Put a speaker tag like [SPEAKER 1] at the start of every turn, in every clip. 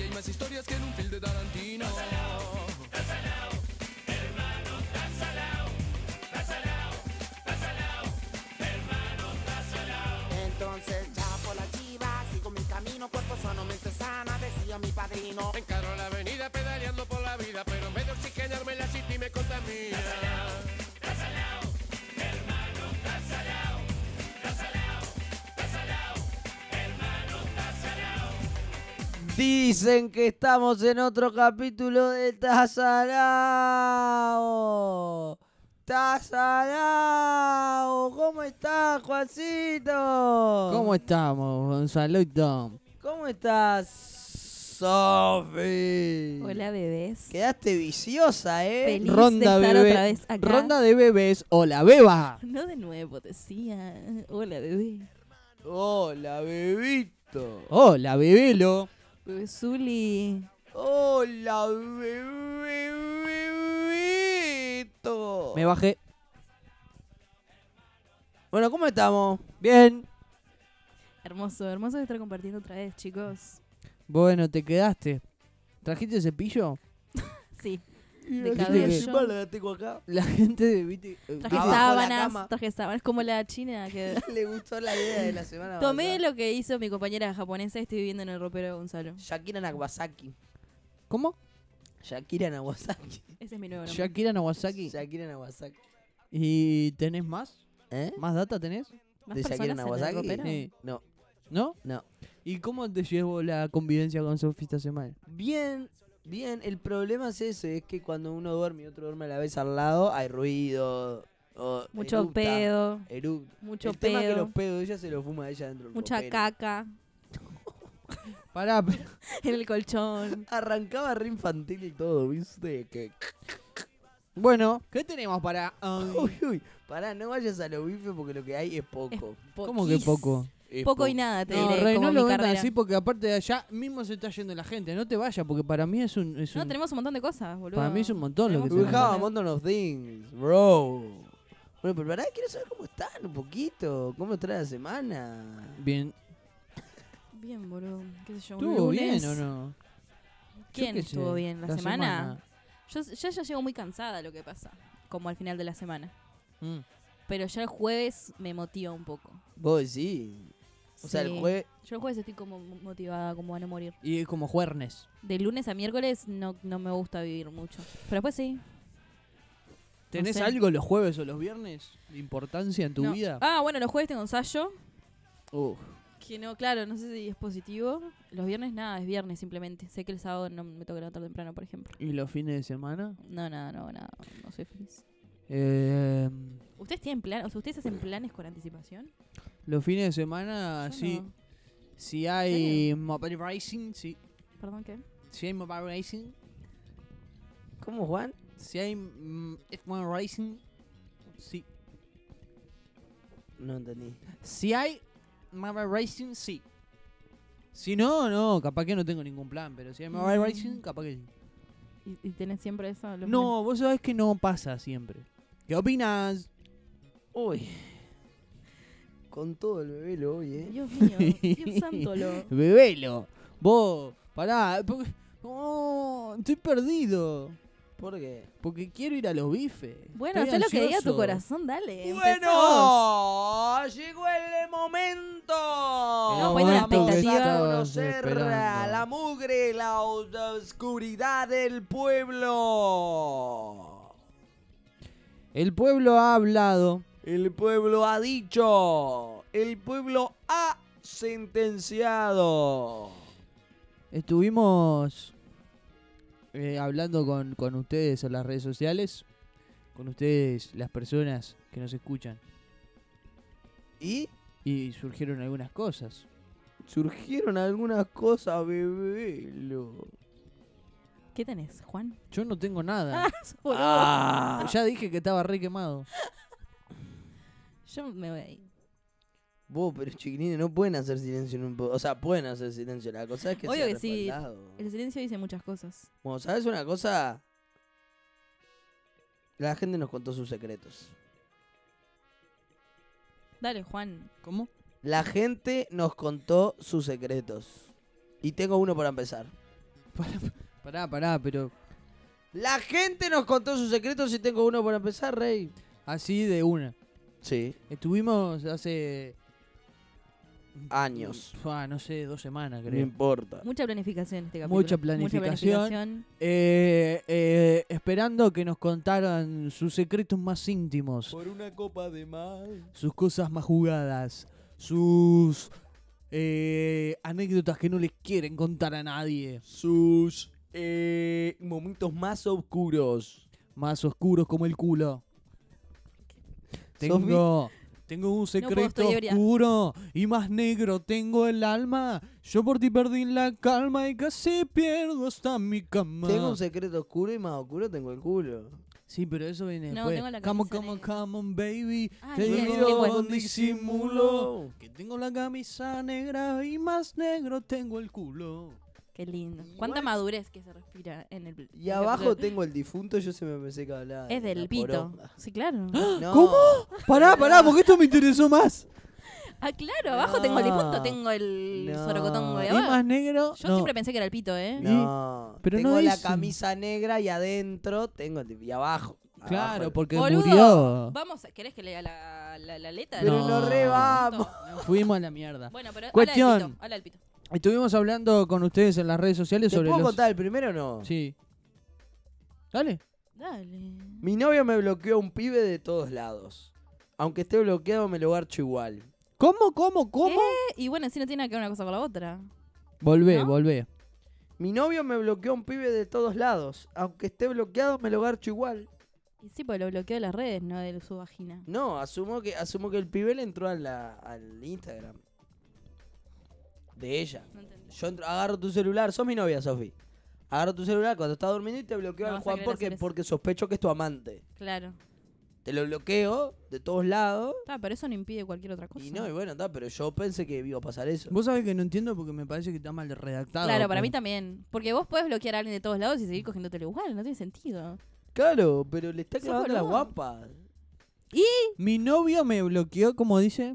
[SPEAKER 1] mismas historias que en un film de Tarantino.
[SPEAKER 2] Entonces ya por la chiva sigo mi camino, cuerpo sano, mente sana, decía mi padrino.
[SPEAKER 1] Encaro la avenida pedaleando por la vida, pero en vez de oxigenarme la city me contamina.
[SPEAKER 3] Dicen que estamos en otro capítulo de Tazarao. Tazarao, ¿cómo estás, Juancito?
[SPEAKER 4] ¿Cómo estamos, Gonzalo?
[SPEAKER 3] ¿Cómo estás, Sofi?
[SPEAKER 5] Hola bebés.
[SPEAKER 3] Quedaste viciosa, ¿eh?
[SPEAKER 5] Feliz
[SPEAKER 4] Ronda,
[SPEAKER 5] de estar
[SPEAKER 4] bebé-
[SPEAKER 5] otra vez acá.
[SPEAKER 4] Ronda de bebés. Hola, beba.
[SPEAKER 5] No de nuevo, decía. Hola bebé.
[SPEAKER 3] Hola, bebito.
[SPEAKER 4] Hola, bebelo.
[SPEAKER 5] Bebé Zuli.
[SPEAKER 3] Hola, bebito.
[SPEAKER 4] Me bajé.
[SPEAKER 3] Bueno, ¿cómo estamos?
[SPEAKER 4] Bien.
[SPEAKER 5] Hermoso, hermoso estar compartiendo otra vez, chicos.
[SPEAKER 4] Bueno, te quedaste. ¿Trajiste cepillo?
[SPEAKER 5] Sí.
[SPEAKER 3] De
[SPEAKER 5] cabello.
[SPEAKER 3] la tengo acá.
[SPEAKER 4] La gente de Viti- eh,
[SPEAKER 5] Traje
[SPEAKER 4] Viti-
[SPEAKER 3] Abajo la
[SPEAKER 5] sábanas,
[SPEAKER 3] cama.
[SPEAKER 5] traje sábanas, como la china que...
[SPEAKER 3] Le gustó la idea de la semana
[SPEAKER 5] Tomé lo que hizo mi compañera japonesa y estoy viviendo en el ropero de Gonzalo.
[SPEAKER 3] Shakira Nagasaki.
[SPEAKER 4] ¿Cómo?
[SPEAKER 3] Shakira Nagasaki.
[SPEAKER 5] Ese es mi nuevo nombre.
[SPEAKER 4] Shakira Nagasaki.
[SPEAKER 3] Shakira Nagasaki.
[SPEAKER 4] ¿Y tenés más?
[SPEAKER 3] ¿Eh?
[SPEAKER 4] ¿Más data tenés?
[SPEAKER 5] ¿Más
[SPEAKER 3] de Shakira
[SPEAKER 5] personas en el
[SPEAKER 3] Nagasaki.
[SPEAKER 5] ropero?
[SPEAKER 4] Sí.
[SPEAKER 3] No.
[SPEAKER 4] ¿No?
[SPEAKER 3] No.
[SPEAKER 4] ¿Y cómo te llevó la convivencia con Sofi esta semana?
[SPEAKER 3] Bien, bien. El problema es ese, es que cuando uno duerme y otro duerme a la vez al lado, hay ruido. o
[SPEAKER 5] Mucho
[SPEAKER 3] eructa,
[SPEAKER 5] pedo,
[SPEAKER 3] eructa.
[SPEAKER 5] mucho
[SPEAKER 3] el tema es que
[SPEAKER 5] pedo,
[SPEAKER 3] los pedos ella se los fuma ella dentro del
[SPEAKER 5] mucha
[SPEAKER 3] ropero.
[SPEAKER 5] caca
[SPEAKER 4] Pará, pero-
[SPEAKER 5] en el colchón.
[SPEAKER 3] Arrancaba re infantil y todo, ¿viste? Que...
[SPEAKER 4] Bueno, ¿qué tenemos para.? hoy?
[SPEAKER 3] Uy, uy. Pará, no vayas a los bifes porque lo que hay es poco.
[SPEAKER 4] ¿Cómo que
[SPEAKER 5] Poquís-
[SPEAKER 4] poco?
[SPEAKER 3] Es
[SPEAKER 5] Poco y nada, te
[SPEAKER 4] No,
[SPEAKER 5] diré,
[SPEAKER 4] Rey,
[SPEAKER 5] como
[SPEAKER 4] no
[SPEAKER 5] mi
[SPEAKER 4] lo vendas
[SPEAKER 5] carrera.
[SPEAKER 4] así porque aparte de allá mismo se está yendo la gente. No te vayas porque para mí es un... es
[SPEAKER 5] No,
[SPEAKER 4] un-
[SPEAKER 5] tenemos un montón de cosas, boludo.
[SPEAKER 4] Para mí es un montón lo que
[SPEAKER 3] We
[SPEAKER 5] Tenemos
[SPEAKER 4] tenemos.
[SPEAKER 3] have a mountain of things, bro. Bueno, pero pará, quiero saber cómo están un poquito. ¿Cómo está la semana?
[SPEAKER 4] Bien.
[SPEAKER 5] Bien, boludo. ¿Qué sé yo? un
[SPEAKER 4] ¿Estuvo
[SPEAKER 5] lunes.
[SPEAKER 4] bien o no? Yo
[SPEAKER 5] ¿Quién
[SPEAKER 4] qué sé,
[SPEAKER 5] estuvo bien? ¿La, semana? Yo s- ya, ya llego muy cansada lo que pasa, como al final de la semana.
[SPEAKER 4] Mm.
[SPEAKER 5] Pero ya el jueves me motiva un poco.
[SPEAKER 3] Vos sí. O sea, el
[SPEAKER 5] Sí.
[SPEAKER 3] jueves.
[SPEAKER 5] Yo el jueves estoy como mo- motivada, como a no morir.
[SPEAKER 4] Y es como juernes.
[SPEAKER 5] De lunes a miércoles no, no me gusta vivir mucho. Pero después sí.
[SPEAKER 4] ¿Tenés
[SPEAKER 5] sé.
[SPEAKER 4] algo los jueves o los viernes de importancia en tu
[SPEAKER 5] No.
[SPEAKER 4] vida?
[SPEAKER 5] Ah, bueno, los jueves tengo ensayo.
[SPEAKER 4] Uf.
[SPEAKER 5] Que no, claro, no sé si es positivo. Los viernes nada, es viernes simplemente. Sé que el sábado no me toca levantar temprano, por ejemplo.
[SPEAKER 4] ¿Y los fines de semana?
[SPEAKER 5] No, nada, no, nada. No soy feliz.
[SPEAKER 4] Eh,
[SPEAKER 5] ¿Ustedes tienen plan, o sea, ustedes hacen planes con anticipación?
[SPEAKER 4] los fines de semana, Ah,
[SPEAKER 5] Yo
[SPEAKER 4] sí.
[SPEAKER 5] no.
[SPEAKER 4] Si hay Mobile Racing, sí.
[SPEAKER 5] Perdón, ¿qué?
[SPEAKER 4] Si hay Mobile Racing,
[SPEAKER 3] ¿Cómo, Juan?
[SPEAKER 4] si hay mm, F1 Racing, sí.
[SPEAKER 3] No entendí.
[SPEAKER 4] Si hay Mobile Racing, sí. Si no, no, capaz que no tengo ningún plan, pero si hay Mobile
[SPEAKER 5] Mm.
[SPEAKER 4] Racing, capaz que sí.
[SPEAKER 5] ¿Y, y tenés siempre eso? los
[SPEAKER 4] No, vos sabés que no pasa siempre. ¿Qué opinas?
[SPEAKER 3] Uy. Con todo el bebé lo hoy,
[SPEAKER 5] planes?
[SPEAKER 3] eh.
[SPEAKER 5] Dios mío, Dios santo lo.
[SPEAKER 4] Bebelo. Vos, pará. po- Oh, estoy perdido.
[SPEAKER 3] ¿Por qué?
[SPEAKER 4] Porque quiero ir a los bifes.
[SPEAKER 5] Bueno,
[SPEAKER 4] Estoy
[SPEAKER 5] haz lo que diga
[SPEAKER 4] ansioso.
[SPEAKER 5] tu corazón, dale. empezamos.
[SPEAKER 3] Bueno, llegó el momento.
[SPEAKER 4] El
[SPEAKER 5] pues, la
[SPEAKER 4] momento que
[SPEAKER 5] expectativa.
[SPEAKER 4] estabas
[SPEAKER 3] conocer a
[SPEAKER 4] esperando.
[SPEAKER 3] la mugre, la os- la oscuridad del pueblo.
[SPEAKER 4] El pueblo ha hablado.
[SPEAKER 3] El pueblo ha dicho. El pueblo ha sentenciado.
[SPEAKER 4] Estuvimos eh, hablando con, con ustedes en las redes sociales, con ustedes las personas que nos escuchan,
[SPEAKER 3] Y
[SPEAKER 4] y surgieron algunas cosas.
[SPEAKER 3] surgieron algunas cosas, bebé.
[SPEAKER 5] ¿Qué tenés, Juan? Ah,
[SPEAKER 4] Yo no tengo nada.
[SPEAKER 5] Boludo.
[SPEAKER 4] Ah.
[SPEAKER 3] Ah.
[SPEAKER 4] Ya dije que estaba re quemado.
[SPEAKER 5] Yo me voy ahí.
[SPEAKER 3] Vos, pero chiquilines, no pueden hacer silencio en un po- O sea, pueden hacer silencio. La cosa es que
[SPEAKER 5] Obvio
[SPEAKER 3] sea
[SPEAKER 5] que sí.
[SPEAKER 3] respaldado.
[SPEAKER 5] El silencio dice muchas cosas.
[SPEAKER 3] Bueno, ¿sabes una cosa? La gente nos contó sus secretos.
[SPEAKER 5] Dale, Juan.
[SPEAKER 4] ¿Cómo?
[SPEAKER 3] La gente nos contó sus secretos. Y tengo uno para empezar.
[SPEAKER 4] Pará, pará, pero
[SPEAKER 3] La gente nos contó sus secretos y tengo uno para empezar, Rey.
[SPEAKER 4] así de una.
[SPEAKER 3] Sí.
[SPEAKER 4] Estuvimos hace...
[SPEAKER 3] Años.
[SPEAKER 4] Ah, no sé, dos semanas
[SPEAKER 3] No
[SPEAKER 4] creo.
[SPEAKER 3] importa.
[SPEAKER 5] Mucha planificación este capítulo.
[SPEAKER 4] Mucha planificación.
[SPEAKER 5] planificación.
[SPEAKER 4] Eh, eh, esperando que nos contaran sus secretos más íntimos. Por una copa de más. Sus cosas más jugadas. Sus eh, anécdotas que no les quieren contar a nadie.
[SPEAKER 3] Sus eh, momentos más oscuros.
[SPEAKER 4] Más oscuros como el culo.
[SPEAKER 3] Sofi.
[SPEAKER 4] Tengo, tengo un secreto
[SPEAKER 5] estoy ebria.
[SPEAKER 4] oscuro y más negro tengo el alma. Yo por ti perdí la calma y casi pierdo hasta mi cama.
[SPEAKER 3] Tengo un secreto oscuro y más oscuro tengo el culo.
[SPEAKER 4] Sí, pero eso viene
[SPEAKER 5] No,
[SPEAKER 4] después.
[SPEAKER 5] tengo la
[SPEAKER 4] come on,
[SPEAKER 5] camisa
[SPEAKER 4] come on,
[SPEAKER 5] negra.
[SPEAKER 4] come on, baby.
[SPEAKER 5] Ah,
[SPEAKER 4] te
[SPEAKER 5] sí, sí,
[SPEAKER 4] miro
[SPEAKER 5] igual.
[SPEAKER 4] con disimulo. Que tengo la camisa negra y más negro tengo el culo.
[SPEAKER 5] Qué lindo. Cuánta madurez que se respira en el. en
[SPEAKER 3] Y
[SPEAKER 5] el
[SPEAKER 3] abajo
[SPEAKER 5] capítulo.
[SPEAKER 3] tengo el difunto, yo se me pensé que hablaba. de
[SPEAKER 5] Es
[SPEAKER 3] la
[SPEAKER 5] del pito.
[SPEAKER 3] poronga.
[SPEAKER 5] Sí, claro.
[SPEAKER 3] No.
[SPEAKER 4] ¿Cómo? Pará, pará, porque esto me interesó más.
[SPEAKER 5] Ah, claro, abajo tengo el difunto,
[SPEAKER 3] No.
[SPEAKER 5] tengo el
[SPEAKER 3] No.
[SPEAKER 5] sorocotongo de
[SPEAKER 4] Y
[SPEAKER 5] abajo.
[SPEAKER 4] más negro.
[SPEAKER 5] Yo
[SPEAKER 4] no.
[SPEAKER 5] siempre pensé que era el pito, ¿eh?
[SPEAKER 4] No.
[SPEAKER 3] No.
[SPEAKER 4] Pero
[SPEAKER 3] tengo
[SPEAKER 4] no
[SPEAKER 3] la
[SPEAKER 4] dice.
[SPEAKER 3] camisa negra y adentro tengo el di- y abajo.
[SPEAKER 4] Claro,
[SPEAKER 3] Abajo.
[SPEAKER 4] porque
[SPEAKER 5] Boludo,
[SPEAKER 4] murió.
[SPEAKER 5] Vamos, a- ¿querés que lea la, la, la letra?
[SPEAKER 3] Pero
[SPEAKER 5] del
[SPEAKER 4] no
[SPEAKER 5] difunto?
[SPEAKER 4] re
[SPEAKER 3] vamos.
[SPEAKER 4] Fuimos a la mierda.
[SPEAKER 5] Bueno, pero
[SPEAKER 4] Cuestión.
[SPEAKER 5] habla del pito. Habla del pito.
[SPEAKER 4] Estuvimos hablando con ustedes en las redes sociales
[SPEAKER 3] ¿Te
[SPEAKER 4] sobre
[SPEAKER 3] puedo
[SPEAKER 4] los.
[SPEAKER 3] contar el primero o no?
[SPEAKER 4] Sí. Dale.
[SPEAKER 5] Dale.
[SPEAKER 3] Mi novio me bloqueó un pibe de todos lados. Aunque esté bloqueado, me lo garcho igual.
[SPEAKER 4] ¿Cómo, cómo, cómo?
[SPEAKER 5] Eh, y bueno, si no tiene nada que ver una cosa con la otra.
[SPEAKER 4] Volvé,
[SPEAKER 5] ¿No?
[SPEAKER 4] volvé.
[SPEAKER 3] Mi novio me bloqueó un pibe de todos lados. Aunque esté bloqueado, me lo garcho igual.
[SPEAKER 5] Y sí, pues lo bloqueó de las redes, no de su vagina.
[SPEAKER 3] No, asumo que, asumo que el pibe le entró a la- al Instagram. De ella.
[SPEAKER 5] No entendí.
[SPEAKER 3] Yo entro- agarro tu celular, sos mi novia, Sofi. Agarro tu celular cuando estás durmiendo y te bloqueo
[SPEAKER 5] No
[SPEAKER 3] al
[SPEAKER 5] vas a
[SPEAKER 3] Juan
[SPEAKER 5] querer
[SPEAKER 3] porque,
[SPEAKER 5] hacer eso.
[SPEAKER 3] porque sospecho que es tu amante.
[SPEAKER 5] Claro.
[SPEAKER 3] Te lo bloqueo de todos lados.
[SPEAKER 5] Ta, pero eso no impide cualquier otra cosa.
[SPEAKER 3] Y no, y bueno, está, pero yo pensé que iba a pasar eso.
[SPEAKER 4] Vos sabés que no entiendo porque me parece que está mal redactado.
[SPEAKER 5] Claro, para
[SPEAKER 4] pero-
[SPEAKER 5] mí también. Porque vos podés bloquear a alguien de todos lados y seguir cogiéndotelo igual, no tiene sentido.
[SPEAKER 3] Claro, pero le está
[SPEAKER 5] Sos
[SPEAKER 3] clavando la
[SPEAKER 5] boludo.
[SPEAKER 3] guapa.
[SPEAKER 4] Mi novio me bloqueó, como dice.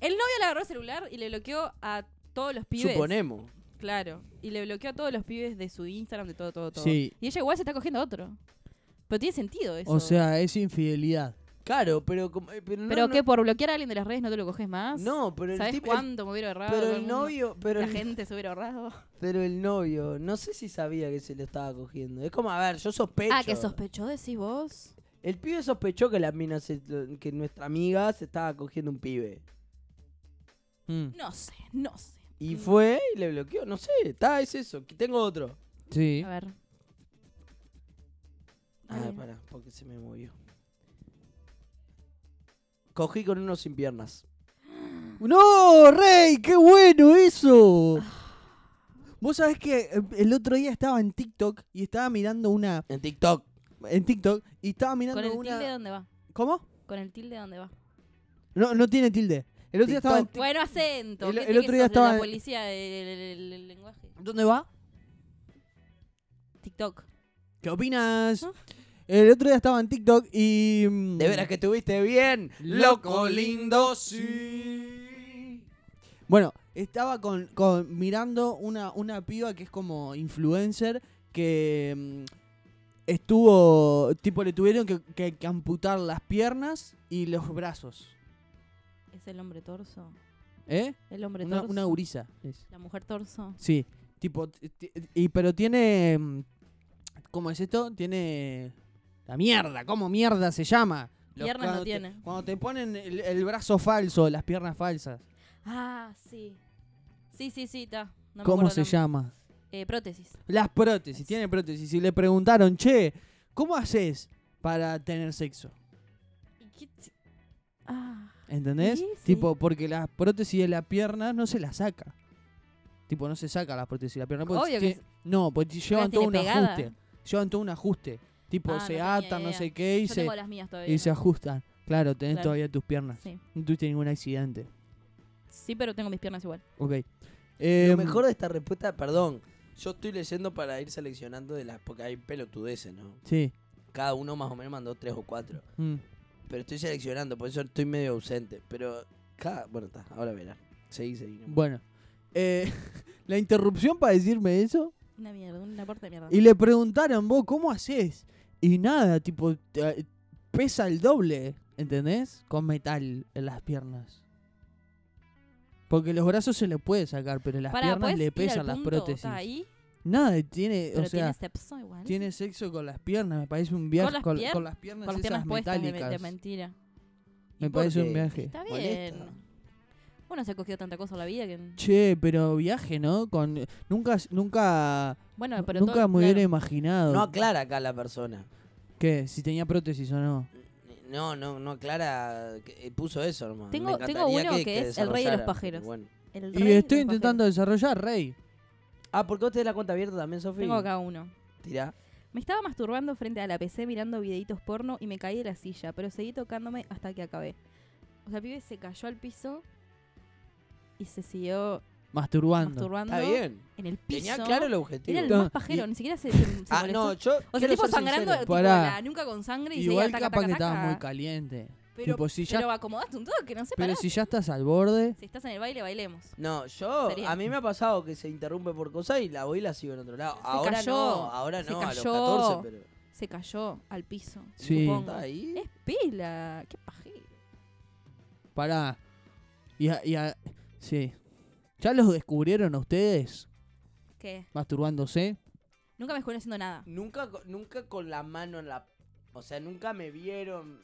[SPEAKER 5] El novio le agarró el celular y le bloqueó a todos los pibes.
[SPEAKER 3] Suponemos.
[SPEAKER 5] Claro. Y le bloqueó a todos los pibes de su Instagram, de todo, todo, todo.
[SPEAKER 4] Sí.
[SPEAKER 5] Y ella igual se está cogiendo a otro. Pero tiene sentido eso.
[SPEAKER 4] O sea, es infidelidad.
[SPEAKER 3] Claro, pero como- eh, pero no,
[SPEAKER 5] pero
[SPEAKER 3] no,
[SPEAKER 5] que por bloquear a alguien de las redes no te lo coges más.
[SPEAKER 3] no, pero el
[SPEAKER 5] ¿Sabes
[SPEAKER 3] tipo el-
[SPEAKER 5] cuánto me hubiera ahorrado?
[SPEAKER 3] pero
[SPEAKER 5] todo
[SPEAKER 3] el
[SPEAKER 5] mundo?
[SPEAKER 3] novio, pero
[SPEAKER 5] La
[SPEAKER 3] el-
[SPEAKER 5] gente se hubiera ahorrado.
[SPEAKER 3] pero el novio, no sé si sabía que se lo estaba cogiendo. Es como, a ver, yo sospecho.
[SPEAKER 5] Ah, que sospechó, decís vos.
[SPEAKER 3] El pibe sospechó que la mina se- que nuestra amiga se estaba cogiendo un pibe.
[SPEAKER 4] Mm,
[SPEAKER 5] No sé, no sé.
[SPEAKER 3] Y fue y le bloqueó, no sé, está, es eso. que Tengo otro.
[SPEAKER 4] Sí.
[SPEAKER 5] A ver. A
[SPEAKER 3] Ah,
[SPEAKER 5] ver.
[SPEAKER 3] pará, porque se me movió. Cogí con uno sin piernas.
[SPEAKER 4] ¡No, Rey! ¡Qué bueno eso! Vos sabés que eh, el otro día estaba en TikTok y estaba mirando una.
[SPEAKER 3] En TikTok.
[SPEAKER 4] En TikTok y estaba mirando
[SPEAKER 5] ¿Con el
[SPEAKER 4] una.
[SPEAKER 5] tilde dónde va?
[SPEAKER 4] ¿Cómo?
[SPEAKER 5] ¿Con el tilde dónde va?
[SPEAKER 4] No, no tiene tilde. El otro día estaba en.
[SPEAKER 5] Bueno, acento.
[SPEAKER 4] El-
[SPEAKER 5] ¿qué
[SPEAKER 4] el
[SPEAKER 5] te- qué
[SPEAKER 4] otro día
[SPEAKER 5] sos de
[SPEAKER 4] estaba-
[SPEAKER 5] La policía del del- del lenguaje.
[SPEAKER 4] ¿Dónde va?
[SPEAKER 5] TikTok.
[SPEAKER 4] ¿Qué opinas?
[SPEAKER 5] ¿Ah?
[SPEAKER 4] El otro día estaba en TikTok y. mm,
[SPEAKER 3] De veras que estuviste bien, loco lindo, sí.
[SPEAKER 4] Bueno, estaba con, con- mirando una, una piba que es como influencer que mm, estuvo, tipo, le tuvieron que, que- que amputar las piernas y los brazos.
[SPEAKER 5] ¿Es el hombre torso?
[SPEAKER 4] ¿Eh?
[SPEAKER 5] ¿El hombre
[SPEAKER 4] Una,
[SPEAKER 5] torso?
[SPEAKER 4] una gurisa. es.
[SPEAKER 5] ¿La mujer torso?
[SPEAKER 4] Sí, tipo, t- t- y, pero tiene, mm, ¿cómo es esto? Tiene la mierda, ¿cómo mierda se llama? Los-
[SPEAKER 5] Piernas no
[SPEAKER 4] cuando te-
[SPEAKER 5] tiene.
[SPEAKER 4] cuando te ponen el, el brazo falso, las piernas falsas.
[SPEAKER 5] Ah, sí. Sí, sí, sí, está. No me
[SPEAKER 4] ¿Cómo
[SPEAKER 5] acuerdo
[SPEAKER 4] se
[SPEAKER 5] el nombre.
[SPEAKER 4] llama?
[SPEAKER 5] Eh, prótesis.
[SPEAKER 4] Las prótesis, tiene prótesis. Y le preguntaron, che, ¿cómo haces para tener sexo?
[SPEAKER 5] ¿Y qué t- Ah,
[SPEAKER 4] ¿Entendés?
[SPEAKER 5] Sí, sí.
[SPEAKER 4] Tipo, porque las prótesis de la pierna no se las saca. Tipo, no se saca las prótesis de la pierna. porque
[SPEAKER 5] Obvio
[SPEAKER 4] tiene-
[SPEAKER 5] que
[SPEAKER 4] No, porque
[SPEAKER 5] no
[SPEAKER 4] llevan
[SPEAKER 5] las
[SPEAKER 4] todo
[SPEAKER 5] tiene
[SPEAKER 4] un
[SPEAKER 5] pegada.
[SPEAKER 4] ajuste. Llevan todo un ajuste. Tipo,
[SPEAKER 5] Ah, no
[SPEAKER 4] se
[SPEAKER 5] tenía
[SPEAKER 4] atan, no
[SPEAKER 5] idea.
[SPEAKER 4] sé qué, y,
[SPEAKER 5] yo
[SPEAKER 4] se,
[SPEAKER 5] tengo las mías todavía.
[SPEAKER 4] y se
[SPEAKER 5] ¿no?
[SPEAKER 4] ajustan. Claro, tenés
[SPEAKER 5] Claro.
[SPEAKER 4] todavía tus piernas.
[SPEAKER 5] Sí.
[SPEAKER 4] No tuviste ningún accidente.
[SPEAKER 5] sí, pero tengo mis piernas igual.
[SPEAKER 4] Ok.
[SPEAKER 3] Lo
[SPEAKER 4] Em,
[SPEAKER 3] mejor de esta respuesta, perdón, yo estoy leyendo para ir seleccionando de las, porque hay pelotudeces, ¿no?
[SPEAKER 4] Sí.
[SPEAKER 3] Cada uno más o menos mandó tres o cuatro.
[SPEAKER 4] Mm.
[SPEAKER 3] Pero estoy seleccionando, por eso estoy medio ausente. Pero cada, bueno, está, ahora verá. Seguí, seguí. no-
[SPEAKER 4] Bueno. Eh, la interrupción para decirme eso
[SPEAKER 5] Una mierda, un aporte de mierda.
[SPEAKER 4] Y le preguntaron, vos, ¿cómo haces? Y nada, tipo, te- eh, pesa el doble, ¿entendés? Con metal en las piernas. Porque los brazos se le puede sacar, pero las
[SPEAKER 5] Pará,
[SPEAKER 4] piernas
[SPEAKER 5] ¿podés ir
[SPEAKER 4] le
[SPEAKER 5] al
[SPEAKER 4] pesan las
[SPEAKER 5] punto?
[SPEAKER 4] prótesis.
[SPEAKER 5] Está ahí,
[SPEAKER 4] Nada, tiene,
[SPEAKER 5] pero
[SPEAKER 4] o sea,
[SPEAKER 5] tiene sexo igual.
[SPEAKER 4] tiene sexo con las piernas, me parece un viaje
[SPEAKER 5] ¿Con las
[SPEAKER 4] con,
[SPEAKER 5] pier-
[SPEAKER 4] con las piernas
[SPEAKER 5] con las
[SPEAKER 4] esas
[SPEAKER 5] piernas puestas de,
[SPEAKER 4] metálicas.
[SPEAKER 5] de mentira.
[SPEAKER 4] me
[SPEAKER 3] ¿Y por
[SPEAKER 4] parece un
[SPEAKER 3] qué?
[SPEAKER 4] viaje.
[SPEAKER 5] Está
[SPEAKER 3] Molesta.
[SPEAKER 5] bien. Bueno, se ha cogido tanta cosa en la vida que...
[SPEAKER 4] Che, pero viaje, ¿no? Con nunca nunca
[SPEAKER 5] Bueno, Ah, pero
[SPEAKER 4] nunca
[SPEAKER 5] todo-
[SPEAKER 4] me hubiera
[SPEAKER 5] claro.
[SPEAKER 4] imaginado
[SPEAKER 3] No aclara acá la persona.
[SPEAKER 4] que si tenía prótesis o no.
[SPEAKER 3] No, no, no aclara. que- eh, Puso eso nomás.
[SPEAKER 5] Tengo-
[SPEAKER 3] Me
[SPEAKER 5] tengo
[SPEAKER 3] encantaría
[SPEAKER 5] uno que es el rey de los
[SPEAKER 3] desarrollara,
[SPEAKER 5] pajeros.
[SPEAKER 3] pero bueno.
[SPEAKER 5] El
[SPEAKER 4] Y
[SPEAKER 5] rey
[SPEAKER 4] estoy
[SPEAKER 5] de los
[SPEAKER 4] intentando desarrollar Rey.
[SPEAKER 3] Ah, porque vos tenés la cuenta abierta también, Sofi.
[SPEAKER 5] pajeros. Tengo acá uno.
[SPEAKER 3] Tirá.
[SPEAKER 5] Me estaba masturbando frente a la PC mirando videitos porno y me caí de la silla, pero seguí tocándome hasta que acabé. O sea, el pibe se cayó al piso y se siguió
[SPEAKER 4] Masturbando.
[SPEAKER 5] masturbando
[SPEAKER 3] Está bien.
[SPEAKER 5] en el piso.
[SPEAKER 3] Tenía claro el objetivo.
[SPEAKER 5] Era el
[SPEAKER 4] No,
[SPEAKER 5] más pajero,
[SPEAKER 3] y-
[SPEAKER 5] ni siquiera se, se- se
[SPEAKER 3] Ah,
[SPEAKER 5] molestó.
[SPEAKER 3] no, yo.
[SPEAKER 5] o sea,
[SPEAKER 3] quiero
[SPEAKER 5] tipo
[SPEAKER 3] ser
[SPEAKER 5] sangrando,
[SPEAKER 3] sincero.
[SPEAKER 5] tipo
[SPEAKER 4] Pará.
[SPEAKER 5] la nuca con sangre y
[SPEAKER 4] Igual
[SPEAKER 5] seguía taca,
[SPEAKER 4] capaz
[SPEAKER 5] taca,
[SPEAKER 4] que estabas
[SPEAKER 5] taca.
[SPEAKER 4] muy caliente.
[SPEAKER 5] Pero,
[SPEAKER 4] tipo, si ya-
[SPEAKER 5] pero acomodaste un toque, no sé,
[SPEAKER 4] Pero
[SPEAKER 5] pará.
[SPEAKER 4] si ya estás al borde,
[SPEAKER 5] Si estás en el baile, bailemos.
[SPEAKER 3] No, yo.
[SPEAKER 5] Sería.
[SPEAKER 3] A mí me ha pasado que se interrumpe por cosas y la voy y la sigo en otro lado. ahora
[SPEAKER 5] cayó,
[SPEAKER 3] no, ahora
[SPEAKER 5] se
[SPEAKER 3] no, a los
[SPEAKER 5] cayó.
[SPEAKER 3] 14, pero.
[SPEAKER 5] Se cayó al piso,
[SPEAKER 4] Sí.
[SPEAKER 5] supongo.
[SPEAKER 3] Está ahí.
[SPEAKER 5] Es pela, qué pajero.
[SPEAKER 4] pará. Y a- y a- sí. ¿Ya los descubrieron a ustedes
[SPEAKER 5] ¿Qué?
[SPEAKER 4] masturbándose?
[SPEAKER 5] Nunca me descubrieron haciendo nada.
[SPEAKER 3] Nunca, co- nunca con la mano en la. O sea, nunca me vieron.